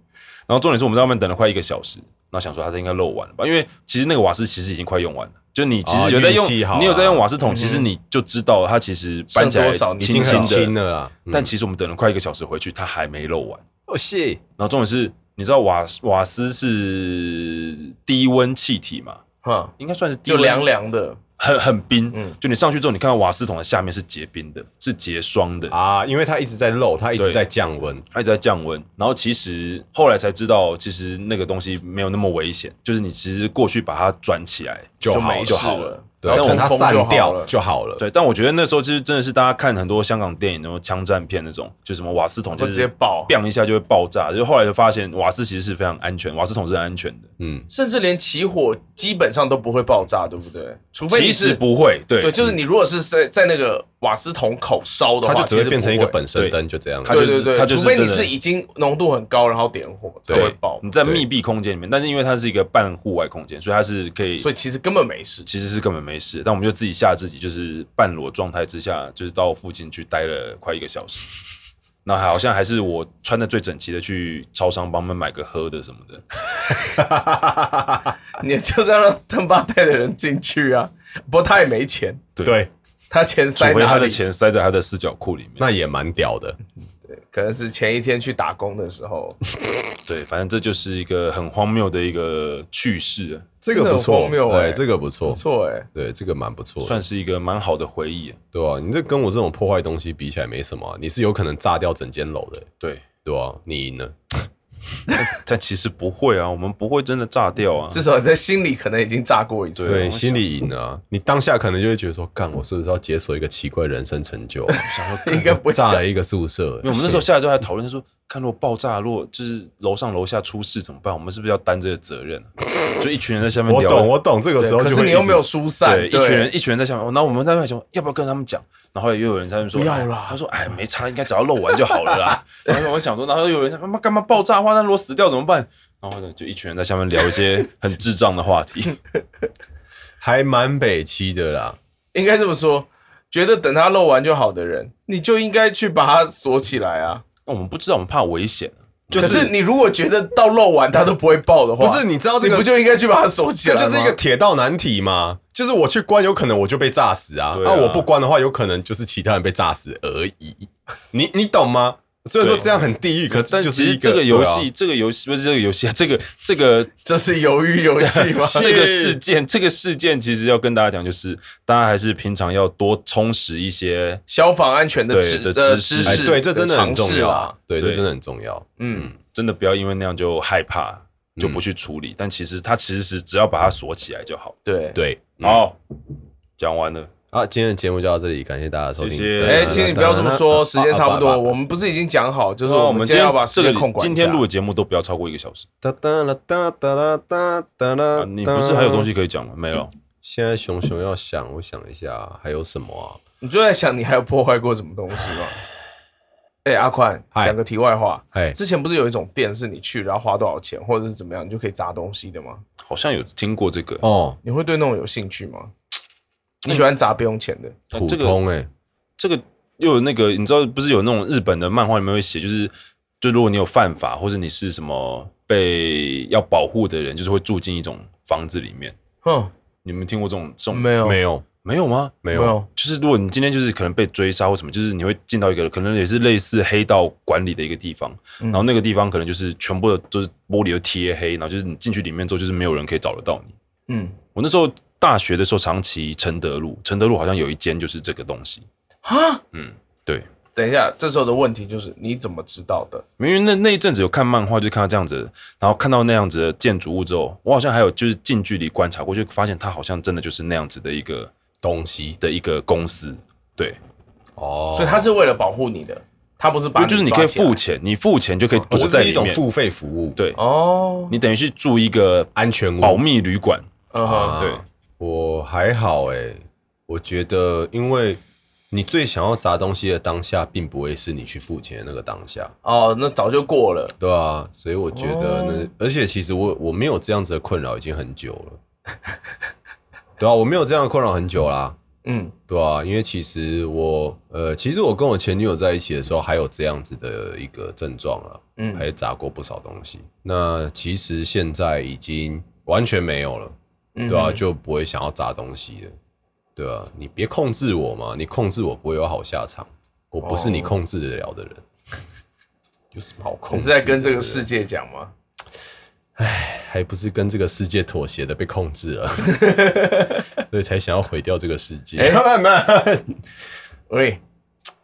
S3: 然后重点是我们在外面等了快一个小时，然后想说他应该漏完了吧，因为其实那个瓦斯其实已经快用完了。就你其
S1: 哦
S3: 实有在用，
S1: 运气好啊
S3: 你有在用瓦斯桶，其实你就知道它其实搬起来
S2: 剩多少你
S1: 已经
S3: 轻轻
S1: 很
S3: 的，
S1: 轻了啦。嗯
S3: 但其实我们等了快一个小时回去，它还没漏完。
S1: 哦，谢
S3: 然后重点是，你知道瓦瓦斯是低温气体嘛？
S2: 哈，
S3: 应该算是低
S2: 就
S3: 温
S2: 凉凉的，
S3: 很很冰。
S2: 嗯
S3: 就你上去之后，你看到瓦斯桶的下面是结冰的，是结霜的，
S1: 啊，因为它一直在漏，它一直
S3: 对
S1: 在降温，
S3: 它一直在降温。然后其实后来才知道，其实那个东西没有那么危险，就是你其实过去把它转起来。
S1: 就好
S2: 没
S1: 就
S2: 事
S1: 好了。
S2: 了。啊
S1: 对，
S2: 然后
S1: 等它
S2: 通风就
S1: 散
S2: 好
S1: 掉
S2: 了
S1: 就好了。
S3: 对，但我觉得那时候就是真的是大家看很多香港电影，然后枪战片那种，就什么瓦斯桶就
S2: 会
S3: 是
S2: 直接爆
S3: 砰一下就会爆炸。就后来就发现瓦斯其实是非常安全，瓦斯桶是很安全的，
S1: 嗯，
S2: 甚至连起火基本上都不会爆炸，对不对？除非
S3: 其
S2: 你
S3: 实
S2: 是
S3: 不会。对，
S2: 对，就是你如果是在在那个瓦斯桶口烧的
S1: 它
S2: 话，
S1: 就只会
S2: 其实
S1: 变成一个
S2: 不会
S1: 本身灯，就这样。
S3: 它
S2: 对
S3: 就
S2: 对
S3: 是
S2: 对，
S3: 它就是
S2: 除非你
S3: 真的
S2: 是已经浓度很高，然后点火才会
S3: 对嗯
S2: 爆，
S3: 你在
S1: 对
S3: 密闭空间里面，但是因为它是一个半户外空间，所以它是可以
S2: 所以其实根本没事。
S3: 其实是根本没事，但我们就自己吓自己，就是半裸状态之下，就是到附近去待了快一个小时。那好像还是我穿的最整齐的去超商帮他们买个喝的什么的。
S2: 你就是要让邓巴带的人进去啊，不过他也没钱，
S3: 对，
S1: 对，
S2: 他钱
S3: 除
S2: 塞
S3: 非
S2: 哪
S3: 他
S2: 里
S3: 的？钱塞在他的四角裤里面。
S1: 那也蛮屌的。
S2: 可能是前一天去打工的时候，
S3: 对，反正这就是一个很荒谬的一个趣事啊，
S1: 这个不
S2: 真的很
S1: 错，
S2: 荒谬欸
S1: 对，这个不
S2: 不
S1: 错，
S2: 错哎、
S1: 对，这个蛮不错的，
S3: 算是一个蛮好的回忆啊。
S1: 对啊，你这跟我这种破坏东西比起来没什么啊、你是有可能炸掉整间楼的欸，
S3: 对，
S1: 对啊，你赢了，
S3: 但其实不会啊，我们不会真的炸掉啊。
S2: 至少你在心里可能已经炸过一次。
S3: 对
S1: 对，
S3: 我
S1: 你心里赢了啊、你当下可能就会觉得说，干，我是不是要解锁一个奇怪人生成就啊、
S3: 想说
S2: 应该不会
S1: 炸
S2: 想
S1: 了一个宿舍欸、
S3: 因为我们那时候
S1: 是
S3: 下来之后还讨论说，看如果爆炸，如果就是楼上楼下出事怎么办？我们是不是要担这个责任啊？就一群人在下面
S1: 我
S3: 聊，
S1: 懂，我懂，这个时候
S2: 可
S1: 就是会
S2: 你
S1: 一
S2: 又
S1: 直
S2: 没有疏散，
S3: 对，一群人一群人在下面，然后我们在那边想要不要跟他们讲，然后后来又有人在那边说
S2: 不要
S3: 哎
S2: 啦
S3: 他说哎没差，应该只要漏完就好了 啦。然后我想说，然后有人想他妈干嘛爆炸的话，那如果死掉怎么办？然后呢，就一群人在下面聊一些很智障的话 题。
S1: 还蛮北七的啦。
S2: 应该这么说，觉得等他漏完就好的人，你就应该去把它锁起来啊。
S3: 那我们不知道，我们怕危险，啊
S1: 就
S2: 可是你如果觉得到漏完它都不会爆的话，
S1: 不是你知道这个
S2: 你不就应该去把它收起
S1: 这
S2: 来吗？
S1: 就是一个铁道难题嘛，就是我去关，有可能我就被炸死啊；
S3: 对
S1: 那、
S3: 啊
S1: 我不关的话，有可能就是其他人被炸死而已。你你懂吗？虽然说
S3: 对
S1: 这样很地狱，可
S3: 但
S1: 是就
S3: 其
S1: 是一
S3: 实这
S1: 个
S3: 个游
S1: 对
S3: 戏，
S1: 啊
S3: 这个游戏不是这个游戏啊，这个 这个
S2: 这是鱿鱼游戏 吗？
S3: 这个事件，这个事件其实要跟大家讲，就是大家还是平常要多充实一些。
S2: 消防安全的
S3: 对
S2: 知
S3: 的
S2: 的
S3: 知识
S2: 知
S1: 哎，
S2: 识，
S1: 对，这真的很
S2: 尝试
S1: 重要
S2: 啦
S1: 啊，对，这
S3: 对
S1: 真的很重要。
S2: 嗯，
S3: 真的不要因为那样就害怕，就不去处理。但其实它其实是只要把它锁起来就好。
S2: 对。
S1: 对，好、
S3: 好，讲完了，
S1: 啊，今天的节目就到这里，感谢大家的收听。
S3: 谢谢
S2: 哎，
S3: 嗯
S2: 请你不要这么说，时间差不
S1: 啊啊
S2: 多，
S1: 啊
S2: 我们不是已经讲好，就是
S3: 那
S2: 我
S3: 啊我
S2: 们
S3: 们
S2: 今
S3: 今
S2: 天
S3: 天
S2: 要把时
S3: 这
S2: 间
S3: 个
S2: 控管一下
S3: 今天录的节目都不要超过一个小时。
S1: 哒哒啦哒哒啦哒哒
S3: 啊
S2: 呃
S1: 啦。
S3: 你不是还有东西？可以讲吗？没有。
S2: 嗯
S1: 现在熊熊要想，我想一下还有什么啊？
S2: 你就在想你还有破坏过什么东西吗？哎，阿宽，
S1: 嗨
S2: 讲个题外话，
S1: 哎，
S2: 之前不是有一种店是你去然后花多少钱或者是怎么样，你就可以砸东西的吗？
S3: 好像有听过这个，
S1: 哦，
S2: 你会对那种有兴趣吗？
S3: 嗯
S2: 你喜欢砸不用钱的？
S3: 但
S1: 普
S3: 这个
S1: 通哎、
S3: 这个又有那个，你知道不是有那种日本的漫画里面会写，就是就如果你有犯法或者你是什么被要保护的人，就是会住进一种房子里面。
S2: 哼，
S3: 你们听过这种这种
S2: 哦没有，
S1: 没有
S3: 嗯没有吗？
S1: 没
S2: 没
S1: 有，
S2: 有，
S3: 就是如果你今天就是可能被追杀或什么，就是你会进到一个可能也是类似黑道管理的一个地方，然后那个地方可能就是全部的都是玻璃都贴黑，然后就是你进去里面之后就是没有人可以找得到你。
S2: 嗯，
S3: 我那时候大学的时候常骑承德路，承德路好像有一间就是这个东西，
S2: 哈，
S3: 嗯，对，
S2: 等一下，这时候的问题就是你怎么知道的？
S3: 因为那那一阵子有看漫画，就看到这样子，然后看到那样子的建筑物之后，我好像还有就是近距离观察过，就发现它好像真的就是那样子的一个
S1: 东西
S3: 的一个公司，对，
S1: 哦，
S2: 所以他是为了保护你的，他不是把
S3: 就就是你可
S2: 抓
S3: 以
S2: 起来
S3: 付钱，你付钱就可以
S1: 哦
S3: 躲
S1: 这
S3: 在
S1: 是一
S3: 里
S1: 种
S3: 面，
S1: 付费服务，
S3: 对，
S2: 哦，
S3: 你等于是住一个
S1: 安全屋
S3: 保密旅馆，
S2: 嗯哼，
S1: 啊
S3: 对，
S1: 我还好哎、我觉得因为你最想要砸东西的当下，并不会是你去付钱的那个当下，
S2: 哦，那早就过了，
S1: 对啊，所以我觉得那，
S2: 哦
S1: 而且其实我我没有这样子的困扰已经很久了， 对啊，我没有这样的困扰很久啦，
S2: 嗯，
S1: 对啊，因为其实我呃，其实我跟我前女友在一起的时候，还有这样子的一个症状啊，
S2: 嗯
S1: 还砸过不少东西。那其实现在已经完全没有了，对啊，
S2: 嗯
S1: 就不会想要砸东西了，对啊，你别控制我嘛，你控制我不会有好下场，我不是你
S2: 哦
S1: 控制得了的人，有什么好控
S2: 你
S1: 制
S2: 是
S1: 的？
S2: 在跟这个世界讲吗？
S1: 还不是跟这个世界妥协的被控制 了，所以才想要毁掉这个世界。
S2: 哎
S1: 慢 慢。
S2: 喂，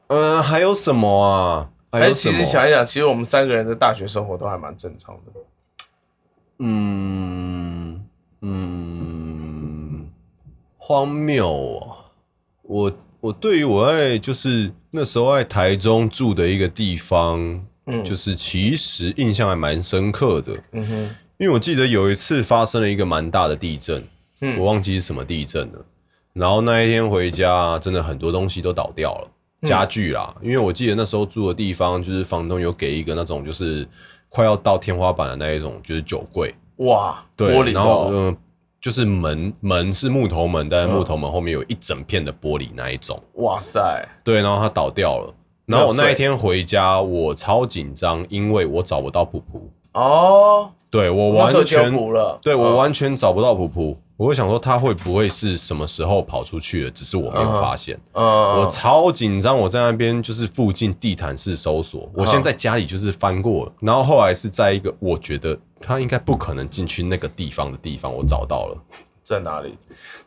S1: 嗯，还有什么啊？还
S2: 哎，
S1: 有
S2: 其
S1: 什
S2: 实
S1: 么？
S2: 想一想，其实我们三个人的大学生活都还蛮正常的，
S1: 嗯嗯，荒谬哦！我我对于我在就是那时候在台中住的一个地方，
S2: 嗯
S1: 就是其实印象还蛮深刻的，
S2: 嗯哼，
S1: 因为我记得有一次发生了一个蛮大的地震，
S2: 嗯
S1: 我忘记是什么地震了。然后那一天回家，啊真的很多东西都倒掉了，
S2: 嗯
S1: 家具啦，因为我记得那时候住的地方，就是房东有给一个那种就是快要到天花板的那一种，就是酒柜，
S2: 哇，
S1: 对，
S2: 玻璃的
S1: 然后
S2: 哦，嗯
S1: 嗯、呃就是门门是木头门，但是木头门后面有一整片的玻璃那一种，
S2: 哇塞，
S1: 对，然后它倒掉了。然后我那一天回家，我超紧张，因为我找不到噗噗，
S2: 哦，
S1: 对我
S2: 那
S1: 完
S2: 时候就
S1: 全
S2: 补了，
S1: 对我
S2: 嗯
S1: 完全找不到噗噗，我会想说他会不会是什么时候跑出去了，只是我没有发现。
S2: 嗯，
S1: 我超紧张，我在那边就是附近地毯式搜索，
S2: 嗯
S1: 我先在家里就是翻过了，然后后来是在一个我觉得他应该不可能进去那个地方的地方，我找到了，
S2: 在哪里？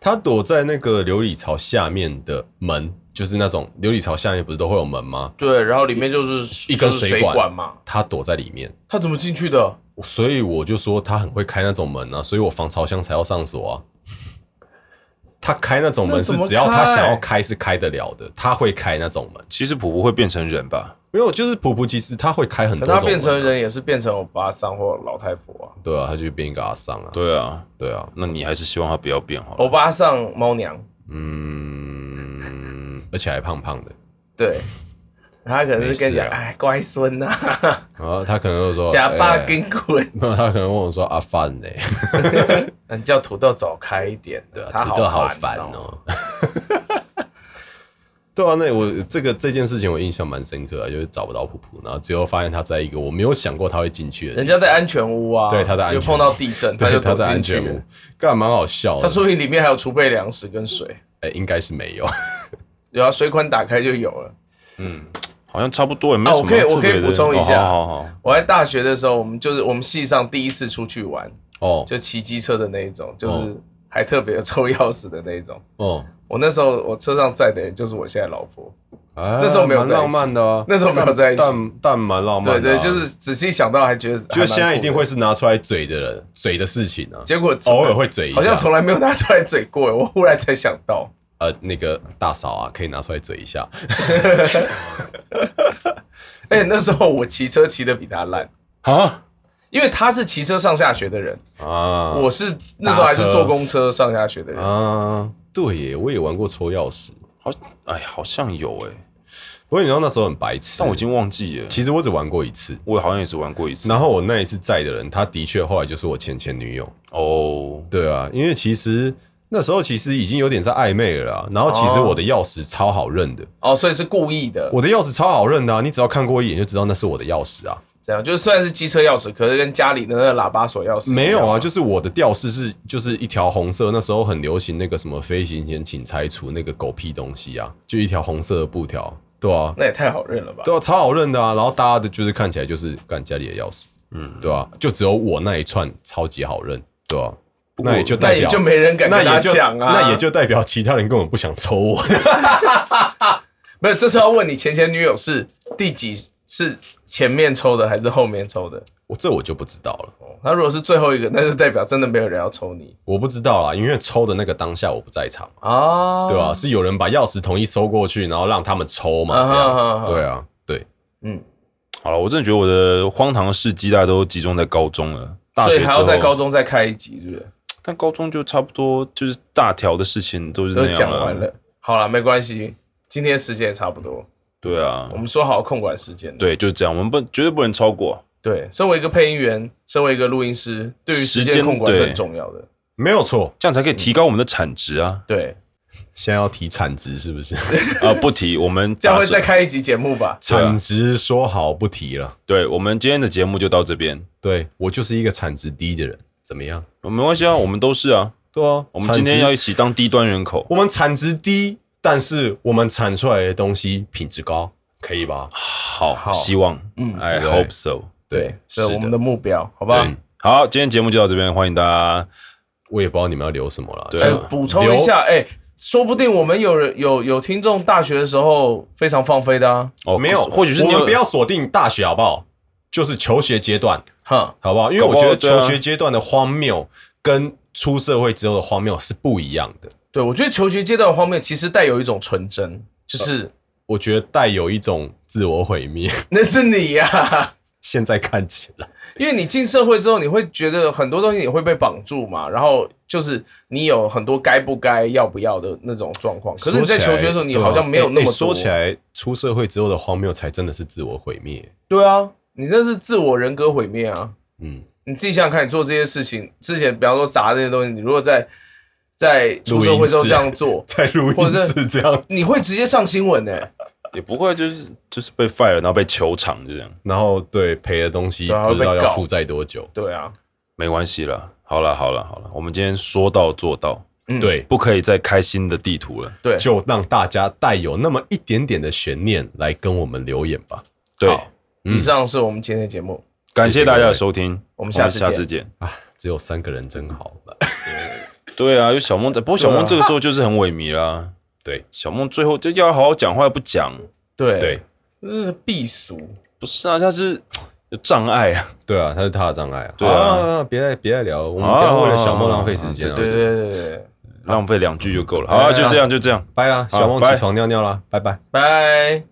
S1: 他躲在那个琉璃槽下面的门，就是那种琉璃槽下面不是都会有门吗？
S2: 对，然后里面就是
S1: 一根
S2: 就是
S1: 水
S2: 水
S1: 管
S2: 管嘛，
S1: 他躲在里面，
S2: 他怎么进去的？
S1: 所以我就说他很会开那种门啊，所以我防潮箱才要上锁啊。他开那种门是
S2: 那怎么
S1: 只要他
S2: 开
S1: 想要开是开得了的，他会开那种门。
S3: 其实普普会变成人吧？
S1: 没有，就是普普其实他会开很
S2: 可
S1: 多
S2: 他
S1: 种、啊
S2: 变成，人也是变成我巴桑或老太婆啊，
S1: 对啊，他就变一个阿桑啊。
S3: 对啊，
S1: 对啊，
S3: 那你还是希望他不要变好
S2: 我
S3: 了。
S2: 巴桑猫娘，
S1: 嗯，而且还胖胖的。
S2: 对，他可能是跟你讲，
S1: 没事啊哦
S2: 哎，乖孙呐，
S1: 然后他可能就说：“
S2: 假发
S1: 欸
S2: 跟滚，
S1: 没有，他可能问我说：“阿范呢
S2: 嗯，叫土豆走开一点？”
S1: 对，啊，
S2: 他
S1: 土豆好
S2: 烦
S1: 烦
S2: 哦。
S1: 哦。 对啊，那我这个这件事情我印象蛮深刻啊，就是找不到噗噗，然后最后发现他在一个我没有想过他会进去的地
S2: 人
S1: 方，
S2: 家在安全屋啊，
S1: 对他在安全
S2: 又
S1: 屋
S2: 碰到地震，他
S1: 对
S2: 就
S1: 他
S2: 躲
S1: 在
S2: 进
S1: 安
S2: 去
S1: 全
S2: 了
S1: 屋。，干蛮好笑的。
S2: 他说不定里面还有储备粮食跟水，
S1: 哎、应该是没有，
S2: 有啊，水管打开就有了。
S1: 嗯，
S3: 好像差不多，也没
S2: 啊
S3: 有什
S2: 我
S3: 么
S2: 可以
S3: 特别的、
S2: 我可以补充一下
S3: 哦好好好，
S2: 我在大学的时候，我们就是我们系上第一次出去玩，
S1: 哦
S2: 就骑机车的那一种，就是
S1: 哦
S2: 还特别有抽钥匙的那一种。
S1: 哦，
S2: 我那时候我车上载的人就是我现在老婆，
S1: 啊
S2: 那时候没有
S1: 蛮
S2: 在一起
S1: 浪漫的、啊，
S2: 那时候没有在一起
S1: 但但但蛮浪
S2: 对
S1: 漫的、
S2: 对，
S1: 啊，
S2: 就是仔细想到还觉得还蛮酷
S1: 就
S2: 的，
S1: 是现在一定会是拿出来嘴的人，嘴的事情啊，
S2: 结果从
S1: 偶尔会嘴一下，
S2: 好像从来没有拿出来嘴过， 我忽然才想到，
S1: 呃那个大嫂啊，可以拿出来嘴一下，
S2: 而哎且那时候我骑车骑得比他烂，
S3: 啊，
S2: 因为他是骑车上下学的人，
S1: 啊，
S2: 我是那时候还是坐公车上下学的人，
S1: 啊，对耶，我也玩过抽钥匙，
S3: 好，哎，好像有哎、
S1: 不过你知道那时候很白痴，
S3: 但我已经忘记了，
S1: 其实我只玩过一次。
S3: 我好像也只玩过一次。
S1: 然后我那一次在的人，她的确后来就是我前前女友。
S3: 哦，
S1: 对啊，因为其实那时候其实已经有点在暧昧了啦。然后其实
S2: 哦
S1: 我的钥匙超好认的，
S2: 哦，所以是故意的，
S1: 我的钥匙超好认的啊！你只要看过一眼就知道那是我的钥匙啊。
S2: 这样就是虽然是机车钥匙，可是跟家里的那个喇叭锁钥匙一样
S1: 没有啊，就是我的吊饰是就是一条红色，那时候很流行那个什么飞行前请拆除那个狗屁东西啊，就一条红色的布条。对啊，
S2: 那也太好认了吧？
S1: 对啊，超好认的啊。然后大家的就是看起来就是干家里的钥匙，嗯，对啊，就只有我那一串超级好认，对啊，
S3: 过
S1: 那也就
S2: 那
S1: 代
S2: 也
S1: 表
S2: 就没人敢
S1: 那
S2: 跟他
S1: 也就
S2: 抢啊，
S1: 那也就代表其他人根本不想抽我。
S2: 没有。这时候要问你前前女友是第几是前面抽的还是后面抽的？
S1: 我这我就不知道了，
S2: 哦，那如果是最后一个，那就代表真的没有人要抽你
S1: 我不知道啦，因为抽的那个当下我不在场，
S2: 啊，
S1: 对吧、是有人把钥匙统一收过去，然后让他们抽嘛，
S2: 啊
S1: 这样
S2: 啊啊啊
S1: 子，对啊，对，
S2: 嗯，
S3: 好了，我真的觉得我的荒唐的事迹大家都集中在高中了，大学
S2: 所以还要
S3: 之后
S2: 在高，中再开一集，是不是？
S3: 但高中就差不多就是大条的事情都是
S2: 都
S3: 那样
S2: 讲完了，
S1: 啊
S2: 好了，没关系，今天时间也差不多，
S3: 对啊
S2: 我，们说好控管时间的。
S3: 对，就是这样，我们不绝对不能超过。
S2: 对，身为一个配音员，身为一个录音师，对于时
S3: 时
S2: 间
S3: 间
S2: 控管是很
S3: 对
S2: 重要的。
S1: 没有错。
S3: 这样才可以提高我们的产值啊！
S2: 对，
S1: 现在要提产值是不是？
S3: 啊，不提，我们
S2: 这样会
S3: 打算
S2: 再开一集节目吧？
S1: 产值说好不提了，
S3: 对，我们今天的节目就到这边，
S1: 对我就是一个产值低的人，怎么样？
S3: 没关系啊，我们都是啊，
S1: 对啊，
S3: 我们今天
S1: 产值
S3: 要一起当低端人口。
S1: 我们产值低，但是我们产出来的东西品质高，可以吧？
S3: 好，希望，嗯，I
S1: 对
S3: hope so。
S2: 对，这
S1: 是
S2: 是我们的目标，好不好
S3: 对？，好，今天节目就到这边，欢迎大家。
S1: 我也不知道你们要留什么了。
S3: 对
S2: 哎
S3: 啊
S2: 补充一下，哎，说不定我们有人有有听众大学的时候非常放飞的啊，
S3: 哦，
S1: 没有，
S3: 或许是
S1: 我
S3: 你
S1: 们
S3: 有
S1: 不要锁定大学好不好？就是求学阶段
S2: 哼，
S1: 好不好？因为
S3: 搞
S1: 我
S3: 不好
S1: 觉得
S3: 对啊
S1: 求学阶段的荒谬跟出社会之后的荒谬是不一样的。
S2: 对我觉得求学阶段的方面其实带有一种纯真，就是
S1: 我觉得带有一种自我毁灭。
S2: 那是你呀、
S1: 现在看起来，
S2: 因为你进社会之后，你会觉得很多东西你会被绑住嘛，然后就是你有很多该不该、要不要的那种状况。可是你在求学的时候，你好像没有那么多。
S1: 多。啊哎说起来，出社会之后的荒谬才真的是自我毁灭。
S2: 对啊，你这是自我人格毁灭啊！
S1: 嗯，
S2: 你自己想想看，你做这些事情之前，比方说砸这些东西，你如果在在出社会之后这样做，
S1: 在录
S2: 或
S1: 音
S2: 者
S1: 室这样，
S2: 你会直接上新闻呢、欸
S3: 也不会，就是就是被 fire，然后被球场就这样，
S1: 然后对赔的东西
S2: 对啊
S1: 不知道
S2: 会被告
S1: 要负债多久。
S2: 对啊，
S3: 没关系啦。好了好了好了，我们今天说到做到，
S2: 嗯
S1: 对，
S3: 不可以再开新的地图了。
S2: 对，
S1: 就让大家带有那么一点点的悬念来跟我们留言吧。
S3: 对，
S2: 好
S1: 嗯
S2: 以上是我们今天的节目，
S3: 感谢大家的收听，
S2: 我们下次
S3: 下
S2: 见
S3: 次见。
S1: 啊，只有三个人真好了。
S3: 对啊，有小梦在，不过小
S2: 对
S3: 梦
S2: 啊
S3: 这个时候就是很萎靡啦。
S1: 对
S3: 小梦最后就要好好讲话，不讲，
S2: 对
S1: 对，
S2: 这是避俗。
S3: 不是啊，他是有障碍啊。
S1: 对啊，他是他的障碍啊。
S3: 对啊
S1: 啊，别再别再聊，我们不要为了小梦浪费时间啊。
S2: 啊对对对对对，
S3: 浪费两句就够了。好啊、
S1: 哎呀
S3: 就这样，就这样。
S1: 拜啦，
S3: 好
S1: 小梦
S3: 拜
S1: 起床尿尿啦，拜拜。
S2: 拜。